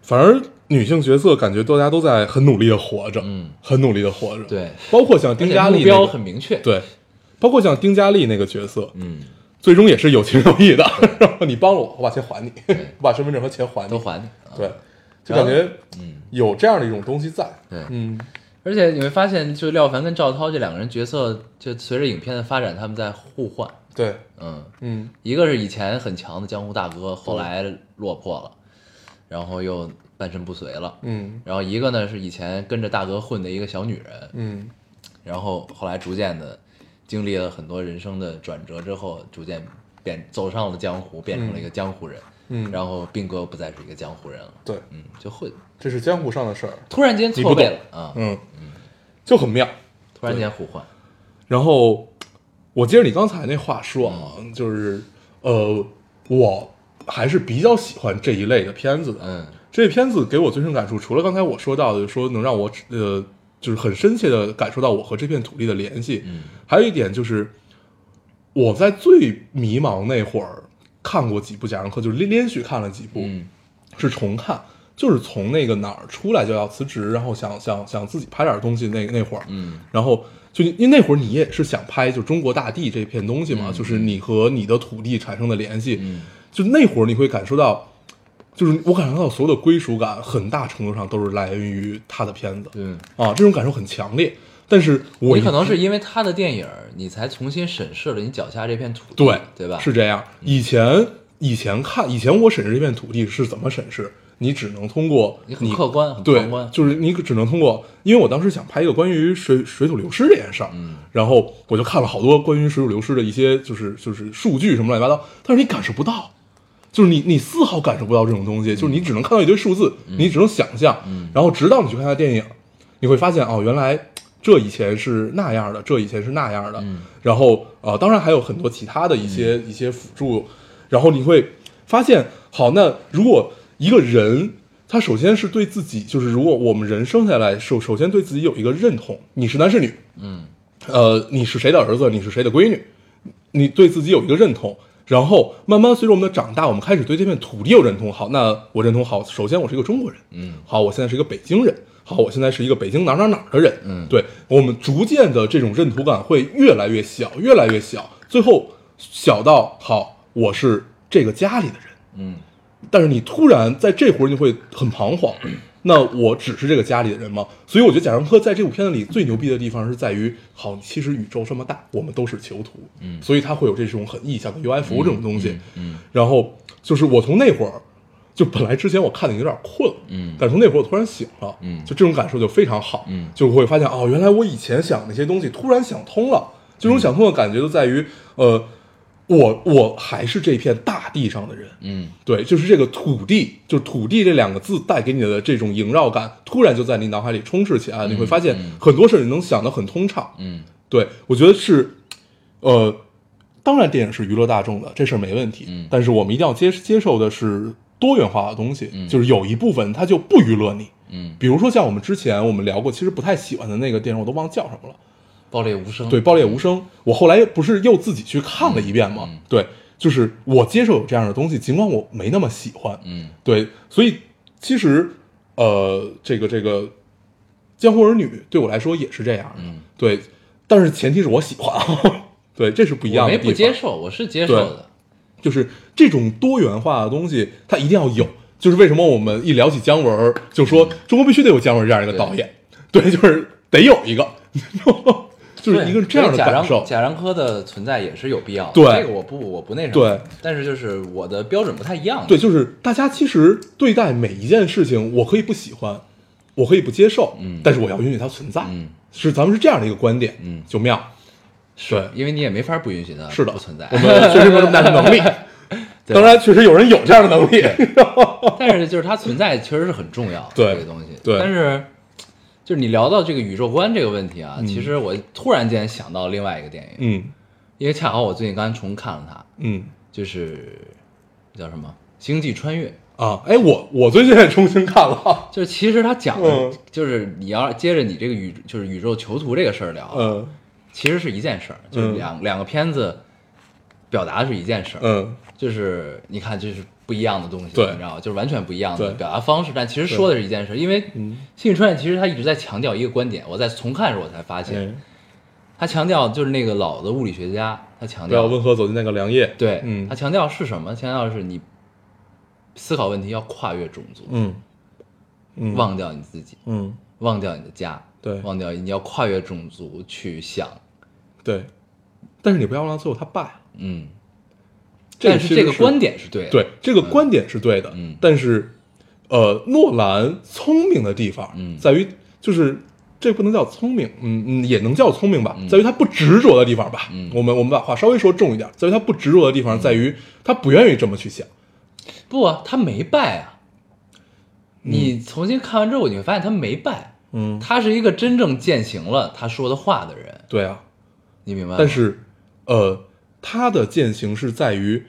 S2: 反而女性角色感觉大家都在很努力的活着，
S1: 嗯，
S2: 很努力的活着，
S1: 对
S2: 包括像
S1: 而
S2: 丁
S1: 且
S2: 嘉丽、
S1: 目
S2: 那
S1: 标
S2: 个，
S1: 很明确，，
S2: 对，包括像丁嘉丽那个角色，
S1: 嗯，
S2: 最终也是有情有义的，然 后你帮了我，我把钱还你， 我把身份证和钱还
S1: 都
S2: 你，
S1: 还你。啊
S2: 对，就感觉
S1: 嗯，
S2: 有这样的一种东西在，
S1: 对，
S2: 嗯，
S1: 而且你会发现，就廖凡跟赵涛这两个人角色，就随着影片的发展，他们在互换。
S2: 对，
S1: 嗯，
S2: 嗯，
S1: 一个是以前很强的江湖大哥，后来落魄了，然后又半身不遂了。
S2: 嗯，
S1: 然后一个呢是以前跟着大哥混的一个小女人，
S2: 嗯，
S1: 然后后来逐渐的经历了很多人生的转折之后，逐渐变走上了江湖，变成了一个江湖人。
S2: 嗯
S1: 然后并哥不再是一个江湖人了。
S2: 对，
S1: 嗯，就会
S2: 这是江湖上的事儿，
S1: 突然间
S2: 你不
S1: 错位
S2: 懂
S1: 了啊，
S2: 嗯，就很妙。
S1: 突然间互换。
S2: 然后我接着你刚才那话说啊，
S1: 嗯
S2: 就是呃，我还是比较喜欢这一类的片子的。
S1: 嗯
S2: 这片子给我最深感触，除了刚才我说到的，说能让我呃，就是很深切的感受到我和这片土地的联系，
S1: 嗯
S2: 还有一点就是我在最迷茫那会儿看过几部《贾樟柯》，就是连连续看了几部，
S1: 嗯
S2: 是重看，就是从那个哪儿出来就要辞职，然后想想想自己拍点东西那那会儿，
S1: 嗯，
S2: 然后就因为那会儿你也是想拍就中国大地这片东西嘛，就是你和你的土地产生的联系，
S1: 嗯
S2: 就那会儿你会感受到，就是我感受到所有的归属感，很大程度上都是来源于他的片子，
S1: 对。
S2: 啊，这种感受很强烈。但是
S1: 嗯
S2: 我
S1: 你
S2: 一
S1: 可能是因为他的电影儿，你才重新审视了你脚下这片土地，
S2: 对
S1: 对吧？嗯
S2: 是这样。以前以前看以前我审视这片土地是怎么审视？你只能通过
S1: 你很客观，很
S2: 对
S1: 旁观，，
S2: 就是你只能通过，因为我当时想拍一个关于水水土流失这件事儿，嗯，然后我就看了好多关于水土流失的一些就是就是数据什么乱七八糟，但是你感受不到，就是你你丝毫感受不到这种东西，就是你只能看到一堆数字，你只能想象，然后直到你去看他电影，你会发现哦，原来这以前是那样的，这以前是那样的，然后呃，当然还有很多其他的一些、一些辅助，然后你会发现，好，那如果一个人他首先是对自己，就是如果我们人生下来首首先对自己有一个认同，你是男是女，
S1: 嗯，
S2: 呃，你是谁的儿子，你是谁的闺女，你对自己有一个认同，然后慢慢随着我们的长大，我们开始对这片土地有认同。好，那我认同好，首先我是一个中国人，
S1: 嗯，
S2: 好，我现在是一个北京人，好，我现在是一个北京哪儿哪儿哪儿的人，
S1: 嗯
S2: 对我们逐渐的这种认同感会越来越小，越来越小，最后小到好，我是这个家里的人，
S1: 嗯，
S2: 但是你突然在这会儿你会很彷 徨，那我只是这个家里的人吗？所以我觉得贾樟柯在这部片子里最牛逼的地方是在于，好，其实宇宙这么大，我们都是囚徒，嗯，所以他会有这种很意象的 UFO 这种东西，
S1: 嗯嗯
S2: 然后就是我从那会儿。就本来之前我看的有点困了，
S1: 嗯
S2: 但是从那会儿我突然醒了，
S1: 嗯
S2: 就这种感受就非常好，
S1: 嗯
S2: 就会发现哦，原来我以前想那些东西突然想通了，
S1: 嗯
S2: 这种想通的感觉就在于，呃，我我还是这片大地上的人，
S1: 嗯
S2: 对，就是这个土地，就是土地这两个字带给你的这种萦绕感，突然就在你脑海里充斥起来，你会发现很多事儿你能想得很通畅。
S1: 嗯
S2: 对我觉得是，呃，当然电影是娱乐大众的，这事儿没问题。
S1: 嗯
S2: 但是我们一定要接接受的是多元化的东西，
S1: 嗯
S2: 就是有一部分它就不娱乐你，
S1: 嗯，
S2: 比如说像我们之前我们聊过，其实不太喜欢的那个电影，我都忘叫什么了。
S1: 爆裂无声，
S2: 对，《爆裂无声》，我后来不是又自己去看了一遍吗？
S1: 嗯嗯
S2: 对，就是我接受有这样的东西，尽管我没那么喜欢，
S1: 嗯
S2: 对，所以其实呃，这个这个江湖儿女对我来说也是这样的，
S1: 嗯
S2: 对，但是前提是我喜欢， 对，这是不一
S1: 我
S2: 样的
S1: 没
S2: 地方。
S1: 不接受，我是接受的，
S2: 就是这种多元化的东西，它一定要有。就是为什么我们一聊起姜文儿，就说
S1: 嗯
S2: 中国必须得有姜文儿这样一个导演，对，就是得有一个， 就是一个这样
S1: 对所以
S2: 的
S1: 贾
S2: 感
S1: 樟
S2: 受。
S1: 贾樟柯的存在也是有必要的，
S2: 对
S1: 这个我不我不那什么，
S2: 对，
S1: 但是就是我的标准不太一样，
S2: 对，，就是大家其实对待每一件事情，我可以不喜欢，我可以不接受，
S1: 嗯
S2: 但是我要允许它存在，
S1: 嗯
S2: 是咱们是这样的一个观点，
S1: 嗯
S2: 就妙，对，
S1: 因为你也没法不允许它
S2: 是的，
S1: 不存在
S2: 我，们 确实没有这么大的能力，
S1: 对
S2: 当然确实有人有这样的能力，
S1: 但是就是它存在确实是很重要，
S2: 对
S1: 这个东西。
S2: 对
S1: 但是就是你聊到这个宇宙观这个问题啊，其实我突然间想到另外一个电影，
S2: 嗯
S1: 因为恰好我最近刚重看了它，
S2: 嗯
S1: 就是叫什么《星际穿越》。
S2: 啊，哎，我我最近也重新看了，
S1: 就是其实它讲的
S2: 嗯，
S1: 就是你要接着你这个宇，就是宇宙囚徒这个事儿聊，
S2: 嗯
S1: 其实是一件事儿，就是两两个片子表达是一件事儿，
S2: 嗯，
S1: 就是你看，这是不一样的东西，
S2: 对
S1: 你知道吗？就是完全不一样的
S2: 对嗯
S1: 表达方式，但其实说的是一件事。因为《新宇穿越》其实他一直在强调一个观点，我在重看的时候我才发现，
S2: 哎
S1: 他强调就是那个老的物理学家，他强
S2: 不要
S1: 调
S2: 温和走进那个良夜，
S1: 对，
S2: 嗯
S1: 他强调是什么？强调是你思考问题要跨越种族，
S2: 嗯嗯，
S1: 忘掉你自己，
S2: 嗯
S1: 忘掉你的家，
S2: 对
S1: 忘掉你要跨越种族去想，
S2: 对，但是你不要让最后他败，
S1: 嗯，
S2: 这
S1: 但是这个观
S2: 点
S1: 点是对的，
S2: 对这个观点是对的，
S1: 嗯
S2: 但是呃，诺兰聪明的地方，
S1: 嗯
S2: 在于就是。这不能叫聪明，嗯嗯，也能叫聪明吧，
S1: 嗯
S2: 在于他不执着的地方吧。
S1: 嗯
S2: 我们我们把话稍微说重一点，在于他不执着的地方，在于他不愿意这么去想。
S1: 不啊，他没败啊。你重新看完之后，你会发现他没败，
S2: 嗯，
S1: 他是一个真正践行了他说的话的人，
S2: 对啊，
S1: 你明白吗？
S2: 但是，呃，他的践行是在于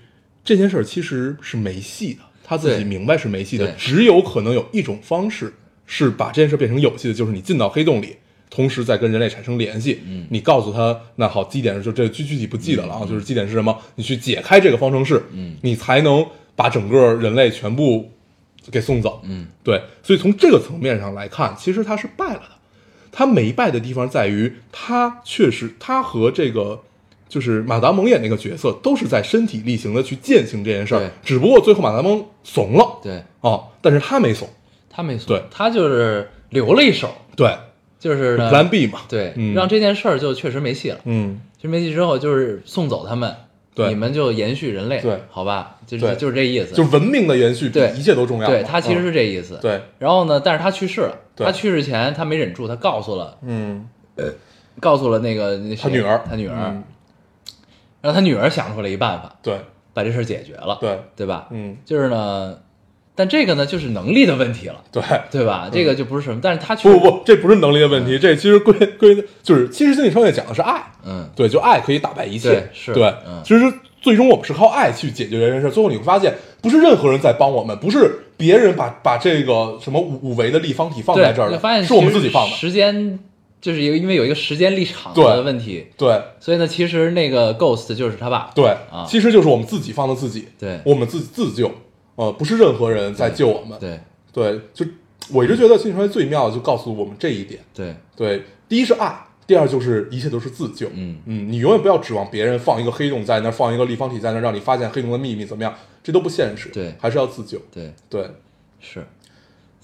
S2: 这件事儿其实是没戏的，他自己
S1: 对
S2: 明白是没戏的，
S1: 对
S2: 只有可能有一种方式是把这件事变成有戏的，就是你进到黑洞里，同时再跟人类产生联系。
S1: 嗯
S2: 你告诉他，那好，基点是就这具具体不记得了啊，就是基点是什么，你去解开这个方程式，
S1: 嗯
S2: 你才能把整个人类全部给送走。
S1: 嗯，
S2: 对，所以从这个层面上来看，其实他是败了的。他没败的地方在于，他确实，他和这个就是马达蒙演那个角色，都是在身体力行的去践行这件事
S1: 对
S2: 儿，只不过最后马达蒙怂了，
S1: 对
S2: 哦，但是他没怂，
S1: 他没怂，
S2: 对
S1: 他就是留了一手，
S2: 对
S1: 就是呢
S2: ，Plan B 嘛，
S1: 呃对，
S2: 嗯
S1: 让这件事儿就确实没戏了。
S2: 嗯，
S1: 这没戏之后就是送走他们，
S2: 对
S1: 你们就延续人类，
S2: 对
S1: 好吧，就是
S2: 对
S1: 就是这意思，
S2: 就是文明的延续比
S1: 对
S2: 一切都重要嘛，
S1: 对他其实
S2: 嗯
S1: 是这意思，。
S2: 对，
S1: 然后呢，但是他去世了，
S2: 对
S1: 他去世前他没忍住，他告诉了
S2: 嗯，
S1: 告诉了那个那
S2: 他
S1: 谁
S2: 女儿，
S1: 他女儿，
S2: 嗯
S1: 然后他女儿想出来一办法，
S2: 对
S1: 把这事儿解决了，
S2: 对，
S1: 对吧？
S2: 嗯，
S1: 就是呢，但这个呢就是能力的问题了，
S2: 对，
S1: 对吧？这个就不是什么，但是他去
S2: 嗯不不，不，这不是能力的问题，这其实归归就是，其实心理创业讲的是爱，
S1: 嗯，
S2: 对，就爱可以打败一切，
S1: 对是
S2: 对
S1: 嗯
S2: 其实最终我们是靠爱去解决这件事，最后你会发现，不是任何人在帮我们，不是别人把把这个什么五五维的立方体放
S1: 对，
S2: 在这儿
S1: 就发现
S2: 的，是我们
S1: 其
S2: 自
S1: 实
S2: 己放的，
S1: 时间就是一个因为有一个时间立场
S2: 对
S1: 的问题，
S2: 对
S1: 所以呢，其实那个 Ghost 就是他爸，
S2: 对、
S1: 啊
S2: 其实就是我们自己放的自己，
S1: 对
S2: 我们自己自救，呃，不是任何人在救我们，
S1: 对
S2: 对，就我一直觉得心理创业最妙的就告诉我们这一点，
S1: 对，
S2: 对，第一是爱，第二就是一切都是自救。
S1: 嗯
S2: 嗯，你永远不要指望别人放一个黑洞在那儿，放一个立方体在那儿，让你发现黑洞的秘密怎么样，这都不现实。
S1: 对
S2: 还是要自救。
S1: 对
S2: 对，
S1: 是。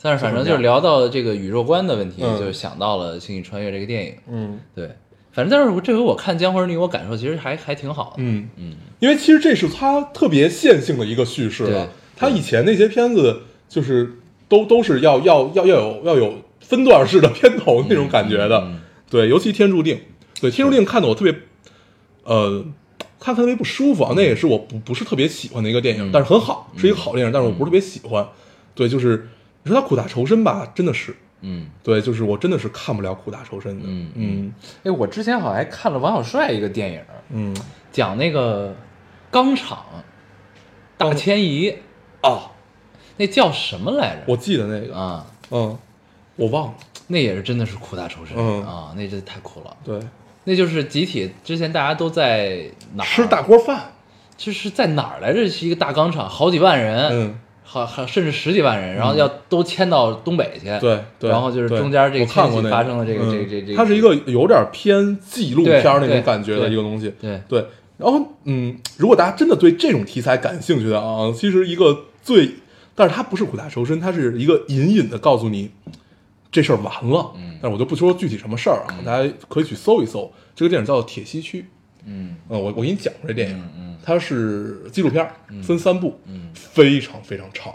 S1: 但是反正就是聊到这个宇宙观的问题，
S2: 嗯
S1: 就想到了《星际穿越》这个电影。
S2: 嗯
S1: 对，反正但是我这回我看《江湖儿女》，我感受其实还还挺好的。
S2: 嗯，
S1: 嗯
S2: 因为其实这是他特别线性的一个叙事
S1: 对
S2: 了。他以前那些片子就是都都是要要要要有要有分段式的片头那种感觉的。
S1: 嗯嗯
S2: 对，尤其《天注定》，对《天注定》看的我特别，呃，看看特别不舒服啊。那也是我不不是特别喜欢的一个电影，
S1: 嗯
S2: 但是很好，是一个好电影，但是我不是特别喜欢。对，就是你说他苦大仇深吧，真的是。
S1: 嗯，
S2: 对，就是我真的是看不了苦大仇深的。
S1: 嗯
S2: 嗯
S1: 哎，我之前好像还看了王小帅一个电影，
S2: 嗯
S1: 讲那个钢厂大迁移，
S2: 啊，
S1: 那叫什么来着？
S2: 我记得那个，
S1: 啊，
S2: 嗯，我忘了。
S1: 那也是真的是苦大仇深、
S2: 嗯
S1: 啊，那真的太苦了。
S2: 对，
S1: 那就是集体之前大家都在哪儿啊
S2: 吃大锅饭。
S1: 这是在哪儿来着？是一个大钢厂，好几万人，
S2: 嗯，
S1: 好好甚至十几万人，然后要都迁到东北去。
S2: 对对。
S1: 然后就是
S2: 对
S1: 中间这个
S2: 我看过
S1: 迁徙
S2: 那
S1: 发生了这个
S2: 嗯
S1: 这个这个这个
S2: 它是一个有点偏纪录
S1: 对
S2: 片儿那
S1: 对
S2: 种感觉的
S1: 对
S2: 一个东西。
S1: 对
S2: 对，然后嗯，如果大家真的对这种题材感兴趣的啊，其实一个最，但是它不是苦大仇深，它是一个隐隐的告诉你这事儿完了。
S1: 嗯
S2: 但是我就不说具体什么事儿啊，大家可以去搜一搜。这个电影叫《铁西区》，
S1: 嗯
S2: 嗯，我我给你讲过这电影，
S1: 嗯
S2: 它是纪录片儿，分三部，
S1: 嗯
S2: 非常非常长。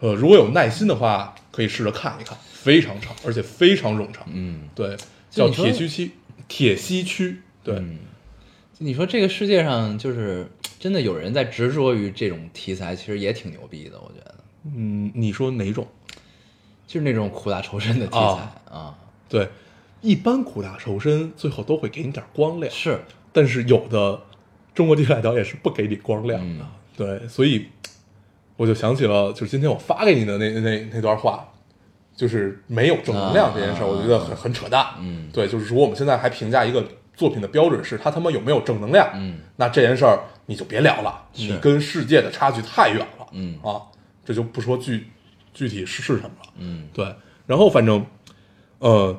S2: 呃，如果有耐心的话，可以试着看一看，非常长，而且非常冗长。
S1: 嗯，
S2: 对，
S1: 就
S2: 叫
S1: 你说
S2: 铁西区，铁西区，对，
S1: 嗯你说这个世界上就是真的有人在执着于这种题材，其实也挺牛逼的，我觉得
S2: 嗯，你说哪种？
S1: 就是那种苦大仇深的题材、
S2: 哦
S1: 啊，
S2: 对，一般苦大仇深最后都会给你点光亮，
S1: 是
S2: 但是有的中国地下导演是不给你光亮的。
S1: 嗯
S2: 对，所以我就想起了，就是今天我发给你的那那那段话，就是没有正能量这件事
S1: 啊
S2: 儿，我觉得很很扯淡。
S1: 嗯
S2: 对，就是如果我们现在还评价一个作品的标准是它他妈有没有正能量，
S1: 嗯，
S2: 那这件事儿你就别聊了，
S1: 是
S2: 你跟世界的差距太远了。
S1: 嗯
S2: 啊，这就不说具具体是是什么了。
S1: 嗯，
S2: 对，然后反正，呃，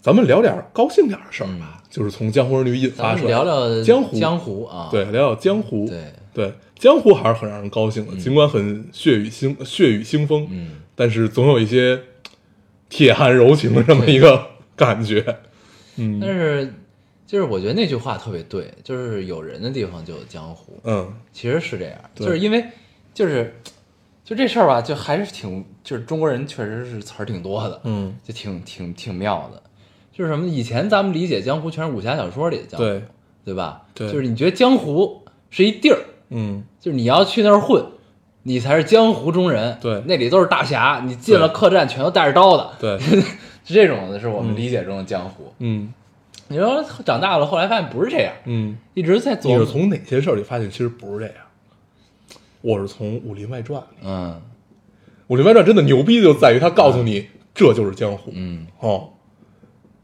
S2: 咱们聊点儿高兴点儿的事儿吧，就是从江湖儿女引
S1: 嗯咱
S2: 发
S1: 们
S2: 出来
S1: 聊
S2: 的
S1: 聊
S2: 江湖
S1: 江湖啊，
S2: 对，聊聊江湖，
S1: 对
S2: 对，江湖还是很让人高兴的，尽管很血雨腥血雨腥风，
S1: 嗯，
S2: 但是总有一些铁汉柔情的这么一个感觉。嗯
S1: 但是就是我觉得那句话特别对，就是有人的地方就有江湖，
S2: 嗯，
S1: 其实是这样，
S2: 对
S1: 就是因为就是就这事儿吧，就还是挺就是中国人确实是词儿挺多的，
S2: 嗯，
S1: 就挺挺挺妙的。就是什么？以前咱们理解江湖全是武侠小说里的江湖，
S2: 嗯对，
S1: 对吧？
S2: 对
S1: 就是你觉得江湖是一地儿，
S2: 嗯，
S1: 就是你要去那儿混，你才是江湖中人。
S2: 对
S1: 那里都是大侠，你进了
S2: 对
S1: 客栈全都带着刀的，
S2: 对，
S1: 就这种的 是我们理解中的江湖。
S2: 嗯
S1: 你说长大了，后来发现不是这样，
S2: 嗯，
S1: 一直在
S2: 你
S1: 琢
S2: 是
S1: 磨。
S2: 从哪些事儿里发现其实不是这样？我是从《武林外传》里，《
S1: 嗯
S2: 武林外传》真的牛逼就在于它告诉你这就是江湖，
S1: 嗯，
S2: 哦，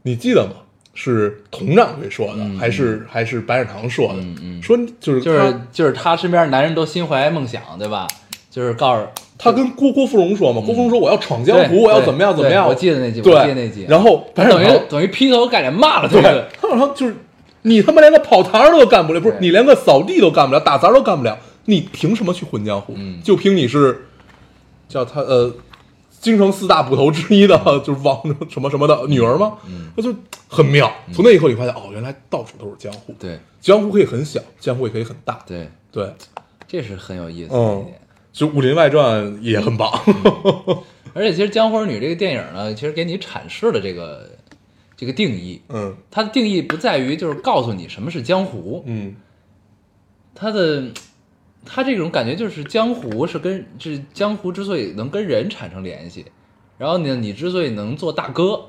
S2: 你记得吗？是佟掌柜说的，
S1: 嗯
S2: 还是还是白展堂说的？
S1: 嗯嗯
S2: 说就是
S1: 就
S2: 他
S1: 是就是他身边的男人都心怀梦想，对吧？就是告诉
S2: 他跟郭郭芙蓉说嘛，郭芙蓉说我要闯江
S1: 嗯对
S2: 湖，我要
S1: 对
S2: 怎么样怎么样。
S1: 对我记得那集
S2: 对
S1: 我记得那集
S2: 然后白展
S1: 等
S2: 堂
S1: 于等于劈头盖脸骂了他
S2: 对
S1: 一顿。
S2: 白展堂就是你他妈连个跑堂儿都干不了，不是
S1: 对
S2: 你连个扫地都干不了，打杂都干不了，你凭什么去混江湖？
S1: 嗯
S2: 就凭你是叫他呃。京城四大捕头之一的，
S1: 嗯
S2: 就是王什么什么的女儿吗？嗯，那就很妙。从那以后，你发现哦，原来到处都是江湖。
S1: 嗯对
S2: 江湖可以很小，江湖也可以很大。
S1: 对，
S2: 对，
S1: 这是很有意思的一
S2: 嗯
S1: 点。，
S2: 就《武林外传》也
S1: 嗯
S2: 很棒。
S1: 而且其实《江湖儿女》这个电影呢，其实给你阐释了这个这个定义。
S2: 嗯
S1: 它的定义不在于就是告诉你什么是江湖，
S2: 嗯，
S1: 它的它这种感觉就是江湖是跟是江湖之所以能跟人产生联系，然后呢，你之所以能做大哥，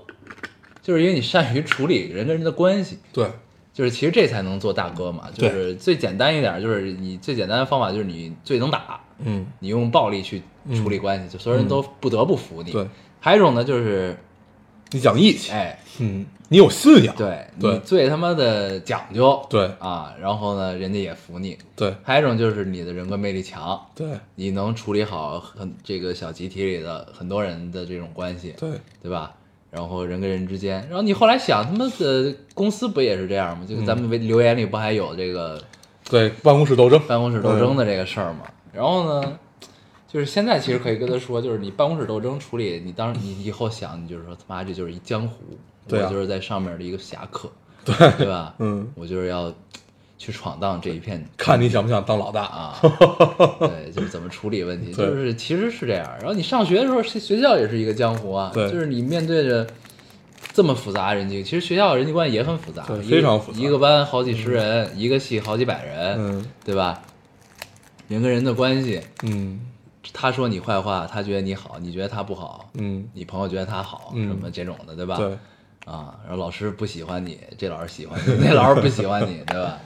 S1: 就是因为你善于处理人跟人的关系。
S2: 对，
S1: 就是其实这才能做大哥嘛，就
S2: 对
S1: 是最简单一点，就是你最简单的方法就是你最能打，
S2: 嗯
S1: 你用暴力去处理关系，就所有人都不得不服你。
S2: 对，
S1: 还有一种呢，就是
S2: 你讲义气，
S1: 哎，
S2: 嗯，你有信仰，
S1: 对你
S2: 对
S1: 最他妈的讲究，
S2: 对
S1: 啊，然后呢，人家也服你。
S2: 对
S1: 还有一种就是你的人格魅力强，
S2: 对
S1: 你能处理好很这个小集体里的很多人的这种关系，
S2: 对，
S1: 对吧？然后人跟人之间，然后你后来想，他妈的公司不也是这样吗？
S2: 嗯
S1: 就是咱们微留言里不还有这个
S2: 对，办公室斗争，
S1: 办公室斗争的这个事儿嘛。然后呢，就是现在其实可以跟他说，就是你办公室斗争处理，你当时你以后想，你就是说他妈这就是一江湖，
S2: 对啊
S1: 我就是在上面的一个侠客，对对吧？
S2: 嗯，
S1: 我就是要去闯荡这一片
S2: 看你想不想当老大。
S1: 啊，对，就是怎么处理问题，
S2: 对
S1: 就是其实是这样。然后你上学的时候，学学校也是一个江湖啊，
S2: 对
S1: 就是你面对着。这么复杂的人际，其实学校人际关系也很复杂，
S2: 对
S1: 一个
S2: 非常复杂
S1: 一个班好几十人，一个系好几百人，
S2: 嗯
S1: 对吧？人跟人的关系，
S2: 嗯
S1: 他说你坏话，他觉得你好，你觉得他不好，
S2: 嗯，
S1: 你朋友觉得他好，
S2: 嗯
S1: 什么这种的，对吧？
S2: 对，
S1: 啊，然后老师不喜欢你，这老师喜欢你， 那老师不喜欢你，对吧？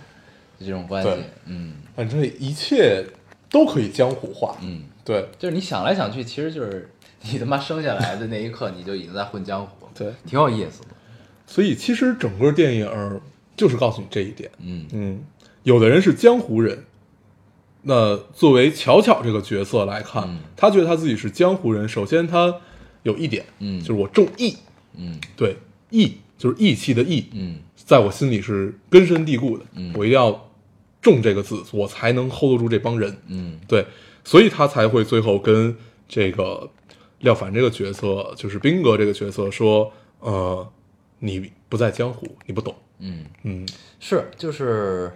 S1: 就这种关系
S2: 对，
S1: 嗯
S2: 反正一切都可以江湖化。
S1: 嗯，
S2: 对
S1: 就是你想来想去，其实就是你他妈生下来的那一刻，你就已经在混江湖了，
S2: 对，
S1: 挺有意思的，
S2: 所以其实整个电影儿就是告诉你这一点。
S1: 嗯
S2: 嗯，有的人是江湖人，那作为巧巧这个角色来看，
S1: 嗯
S2: 他觉得他自己是江湖人。首先，他有一点，
S1: 嗯
S2: 就是我重义，
S1: 嗯
S2: 对义就是义气的义，
S1: 嗯
S2: 在我心里是根深蒂固的。
S1: 嗯
S2: 我一定要重这个字，我才能 hold 得住这帮人。
S1: 嗯
S2: 对，所以他才会最后跟这个廖凡这个角色，就是兵哥这个角色说，呃，你不在江湖，你不懂。
S1: 嗯，
S2: 嗯，
S1: 是就是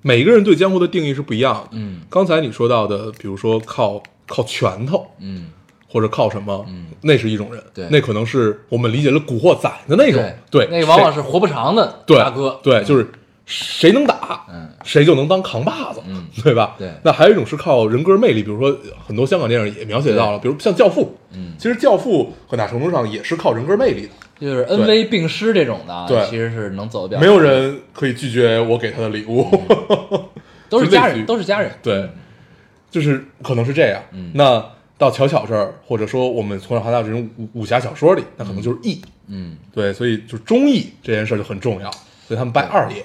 S2: 每个人对江湖的定义是不一样的。
S1: 嗯
S2: 刚才你说到的，比如说靠靠拳头
S1: 嗯
S2: 或者靠什么，
S1: 嗯
S2: 那是一种人，
S1: 对
S2: 那可能是我们理解了《古惑仔》的那种，对，
S1: 那个往往
S2: 谁
S1: 是活不长的
S2: 对
S1: 大哥，
S2: 对，就是谁能打，
S1: 嗯
S2: 谁就能当扛把子，
S1: 嗯
S2: 对吧？
S1: 对
S2: 那还有一种是靠人格魅力，比如说很多香港电影也描写到了，比如像《教父》，
S1: 嗯
S2: 其实《教父》很大程度上也是靠人格魅力的，
S1: 就是恩威并施这种的啊，
S2: 对
S1: 其实是能走得比较
S2: 没有人可以拒绝我给他的礼物。
S1: 嗯都是家
S2: 就类似于
S1: 人，都是家人，
S2: 对，就是可能是这样。
S1: 嗯
S2: 那到巧巧这儿，或者说我们从小看到这种武武侠小说里，那可能就是义。
S1: 嗯，
S2: 对，所以就忠义这件事儿就很重要，所以他们拜二爷。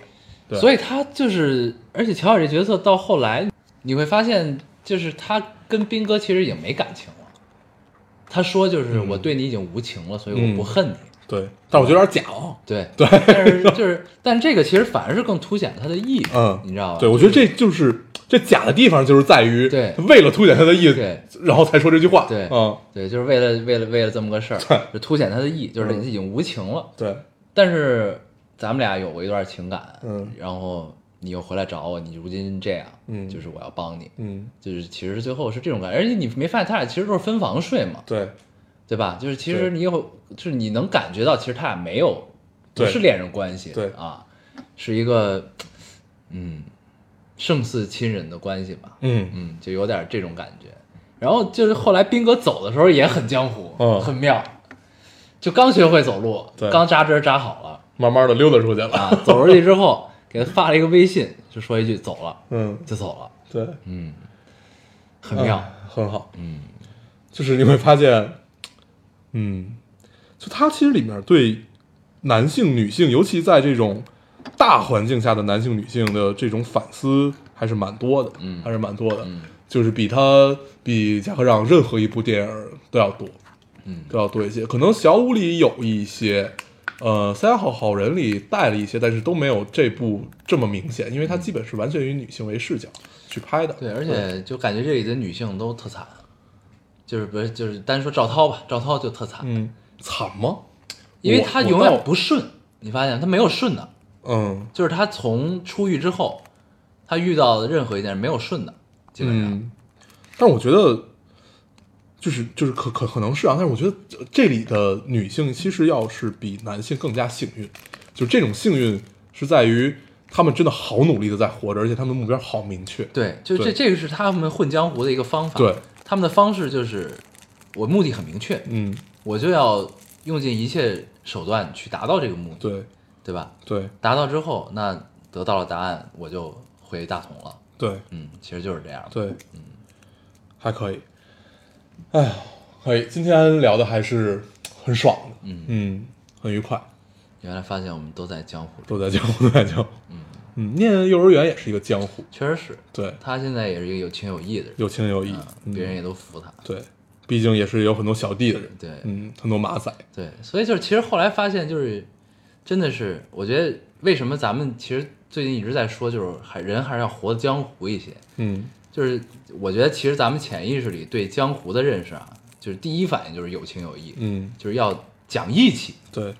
S2: 对
S1: 所以他就是
S3: 而且乔尔这角色到后来，你会发现，就是他跟斌哥其实已经没感情了。他说就是
S2: 嗯
S3: 我对你已经无情了，所以我不恨你。
S2: 对，但我觉得有点假哦。
S3: 对
S2: 对
S3: 但 是就是，但这个其实反而是更凸显他的意义，
S2: 嗯
S3: 你知道吧？
S2: 对，我觉得这就是这假的地方，就是在于
S3: 啊对
S2: 为了凸显他的意
S3: 对
S2: 思，然后才说这句话。
S3: 对
S2: 嗯，
S3: 对，就是为了为了为了这么个事儿
S2: 对，嗯
S3: 就凸显他的意义，就是已经无情了。
S2: 对，
S3: 但是咱们俩有过一段情感，
S2: 嗯
S3: 然后你又回来找我，你如今这样，
S2: 嗯
S3: 就是我要帮你，
S2: 嗯，
S3: 就是其实最后是这种感觉，而且你没发现他俩其实都是分房睡嘛，
S2: 对，
S3: 对吧？就是其实
S2: 对
S3: 你有，就是你能感觉到，其实他俩没有，不
S2: 对
S3: 是恋人关系，
S2: 对
S3: 啊，是一个，嗯，胜似亲人的关系吧，
S2: 嗯，
S3: 嗯，就有点这种感觉。然后就是后来斌哥走的时候也很江湖，
S2: 嗯
S3: 很妙，就刚学会走路，
S2: 对
S3: 刚扎针扎好了。
S2: 慢慢的溜达出去了。
S3: 啊，走出去之后给他发了一个微信，就说一句走了
S2: 嗯，
S3: 就走了，
S2: 对，
S3: 嗯，很妙，
S2: 哎很好。
S3: 嗯，
S2: 就是你会发现，嗯，就他其实里面对男性、女性，尤其在这种大环境下的男性、女性的这种反思还是蛮多的，
S1: 嗯
S2: 还是蛮多的，
S1: 嗯
S2: 就是比他比贾科长任何一部电影都要多，
S1: 嗯
S2: 都要多一些。可能小五里有一些，呃，三好好人里带了一些，但是都没有这部这么明显，因为它基本是完全以女性为视角去拍的。
S1: 对，而且就感觉这里的女性都特惨，就是不是就是单说赵涛吧，赵涛就特惨，
S2: 嗯，惨吗？
S1: 因为
S2: 我
S1: 她
S2: 我
S1: 永
S2: 倒
S1: 远不顺，你发现她没有顺的，
S2: 嗯，
S1: 就是她从出狱之后，她遇到的任何一件事没有顺的，基本上，
S2: 嗯，但我觉得，就是就是可可可能是啊，但是我觉得这这里的女性其实要是比男性更加幸运，就这种幸运是在于她们真的好努力的在活着，而且她们目标好明确。
S1: 对，就这
S2: 对
S1: 这个是他们混江湖的一个方法，
S2: 对，
S1: 他们的方式就是我目的很明确，
S2: 嗯，
S1: 我就要用尽一切手段去达到这个目的，
S2: 对
S1: 对吧？
S2: 对
S1: 达到之后，那得到了答案，我就回大同了。
S2: 对
S1: 嗯，其实就是这样。，
S2: 对，嗯，还可以。哎呀，可以，今天聊的还是很爽的，
S1: 嗯
S2: 嗯，很愉快，
S1: 原来发现我们都在江湖中，
S2: 都在江湖，都在江湖。嗯，念幼儿园也是一个江湖，
S1: 确实是
S2: 对，
S1: 他现在也是一个有情有义的人，
S2: 有情有义
S1: 啊，
S2: 嗯
S1: 别人也都服他。
S2: 对，毕竟也是有很多小弟的人，
S1: 对
S2: 嗯，很多马仔，
S1: 对，所以就是其实后来发现，就是真的是，我觉得为什么咱们其实最近一直在说，就是还人还是要活江湖一些。
S2: 嗯，
S1: 就是我觉得其实咱们潜意识里对江湖的认识啊，就是第一反应就是有情有义，
S2: 嗯
S1: 就是要讲义气。
S2: 对，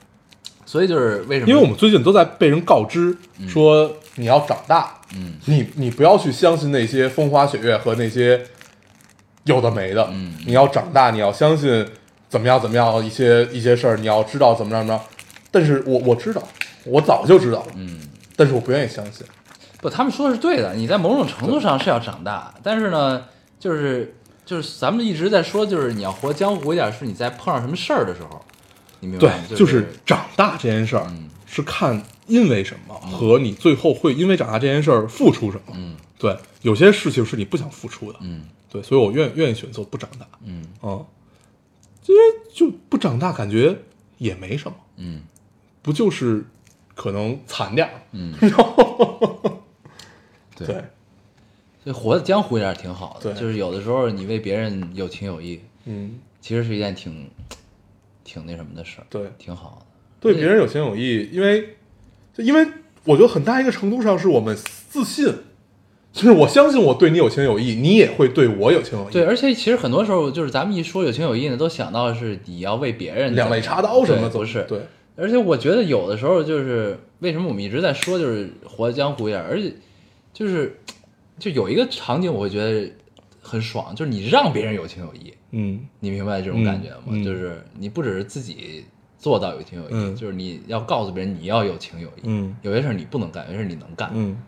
S1: 所以就是为什么？
S2: 因为我们最近都在被人告知说你要长大，
S1: 嗯
S2: 你你不要去相信那些风花雪月和那些有的没的，
S1: 嗯
S2: 你要长大，你要相信怎么样怎么样一些一些事儿，你要知道怎么样怎么样。但是我我知道，我早就知道了，
S1: 嗯，
S2: 但是我不愿意相信，
S1: 不，他们说的是对的，你在某种程度上是要长大，但是呢，就是就是咱们一直在说，就是你要活江湖一点，是你在碰上什么事儿的时候，你明
S2: 对
S1: 白吗？，
S2: 就是是长大这件事儿
S1: 嗯
S2: 是看因为什么和你最后会因为长大这件事儿付出什么。
S1: 嗯
S2: 对，有些事情是你不想付出的。
S1: 嗯
S2: 对，所以我愿愿意选择不长大。
S1: 嗯
S2: 嗯，因为就不长大感觉也没什么，
S1: 嗯
S2: 不就是可能惨点儿。
S1: 嗯，对
S2: 对，
S1: 所以活在江湖一点挺好的，
S2: 对
S1: 就是有的时候你为别人有情有义，
S2: 嗯，
S1: 其实是一件挺挺那什么的事儿，
S2: 对
S1: 挺好的。
S2: 嗯对别人有情有义，因为就因为我觉得很大一个程度上是我们自信，就是我相信我对你有情有义，你也会对我有情有义。
S3: 对，而且其实很多时候就是咱们一说有情有义呢，都想到是你要为别人
S2: 两肋
S3: 怎
S2: 插
S3: 么样
S2: 刀什
S3: 对
S2: 么的，
S3: 不是？
S2: 对，
S3: 而且我觉得有的时候就是为什么我们一直在说就是活在江湖一点，而且就是就有一个场景我会觉得很爽，就是你让别人有情有义，
S2: 嗯，
S3: 你明白这种感觉吗？
S2: 嗯嗯
S3: 就是你不只是自己做到有情有义，
S2: 嗯
S3: 就是你要告诉别人你要有情有义。
S2: 嗯
S3: 有些事儿你不能干，有些事儿你能干，
S2: 嗯，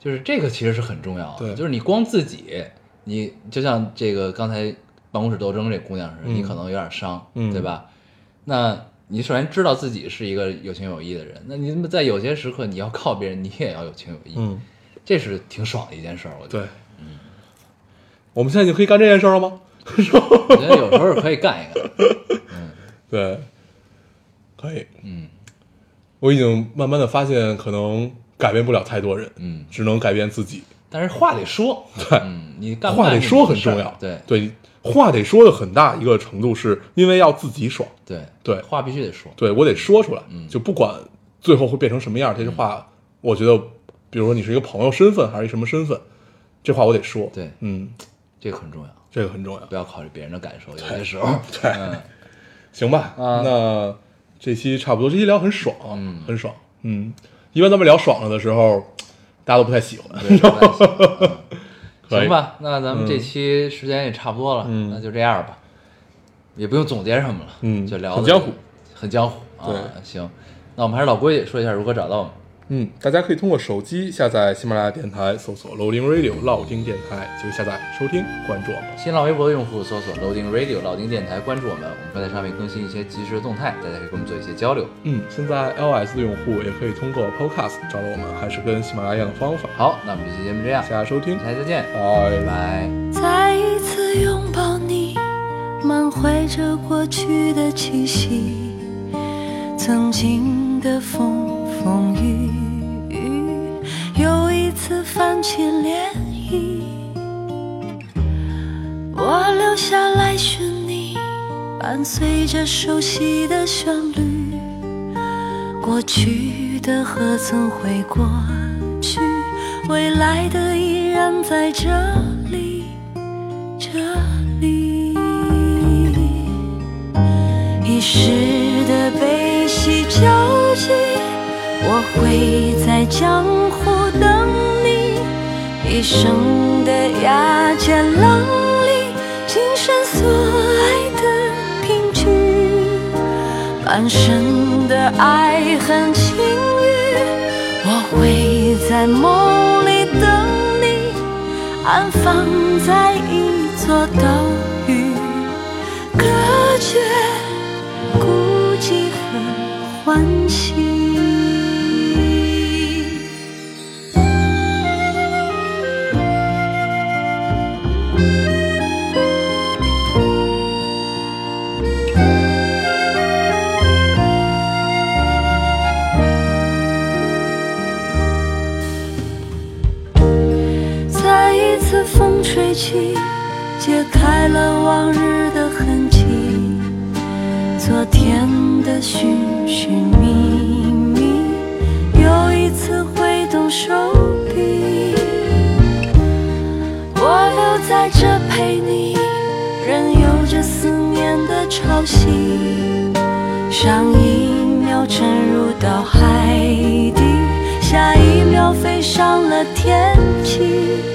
S3: 就是这个其实是很重要的。
S2: 对
S3: 就是你光自己，你就像这个刚才办公室斗争这姑娘似的，
S2: 嗯
S3: 你可能有点伤，
S2: 嗯
S3: 对吧？那你首先知道自己是一个有情有义的人，那你怎么在有些时刻你要靠别人，你也要有情有义，
S2: 嗯，
S3: 这是挺爽的一件事儿。我觉
S2: 对
S3: 得，，
S2: 我们现在就可以干这件事儿了吗？
S3: 我觉得有时候是可以干一干。
S2: 对，可以。
S1: 嗯，
S2: 我已经慢慢的发现，可能改变不了太多人，
S3: 嗯，
S2: 只能改变自己。
S3: 但是话得说，
S2: 对，
S3: 嗯，你干不
S2: 话
S3: 干
S2: 得
S3: 是
S2: 说
S3: 你的
S2: 很
S3: 事儿
S2: 重要。
S3: 对
S2: 对，话得说的很大一个程度，是因为要自己爽。
S3: 对
S2: 对
S3: 话必须得说，
S2: 对我得说出来，
S3: 嗯
S2: 就不管最后会变成什么样，这些话，我觉得，比如说你是一个朋友身份还是一什么身份，这话我得说。
S3: 对
S2: 嗯，
S3: 这个很重要，
S2: 这个很重要。
S3: 不要考虑别人的感受，有些时候，嗯
S2: 对，行吧，那这期差不多，这期聊很爽，
S3: 嗯
S2: 很爽，啊嗯，一般咱们聊爽了的时候，大家都不太 喜欢，
S3: 对不太行嗯
S2: 可以
S3: 行吧，那咱们这期时间也差不多了，
S2: 嗯
S3: 那就这样吧，也不用总结什么了，
S2: 嗯
S3: 就聊
S2: 很
S3: 得
S2: 江湖，
S3: 很江湖啊。行，那我们还是老规矩，说一下如何找到我们。
S2: 嗯，大家可以通过手机下载喜马拉雅电台，搜索 Loading Radio 老丁电台，就下载收听，关注我们。
S3: 新浪微博的用户搜索 Loading Radio 老丁电台，关注我们，我们会在上面更新一些即时的动态，大家可以跟我们做一些交流。
S2: 嗯，现在 iOS 的用户也可以通过 Podcast 找到我们，还是跟喜马拉雅一样的方法。
S3: 好，那我们这期节目这样，
S2: 大家收听，
S3: 下期再见，
S2: 拜
S3: 拜。拜。
S4: 再一次拥抱你，满怀着过去的气息，曾经的风风雨雨，又一次泛起涟漪。我留下来寻你，伴随着熟悉的旋律，过去的何曾会过去，未来的依然在这里。这里，一时的悲喜交集，我会在江湖等你；一生的牙尖浪里，今生所爱的凭据，半生的爱恨情欲，我会在梦里等你。安放在一座岛屿，隔绝孤寂和欢喜。再一次风吹起，揭开了往日的痕迹，昨天的寻寻觅觅，又一次挥动手臂。我留在这陪你，任由着思念的潮汐。上一秒沉入到海底，下一秒飞上了天际。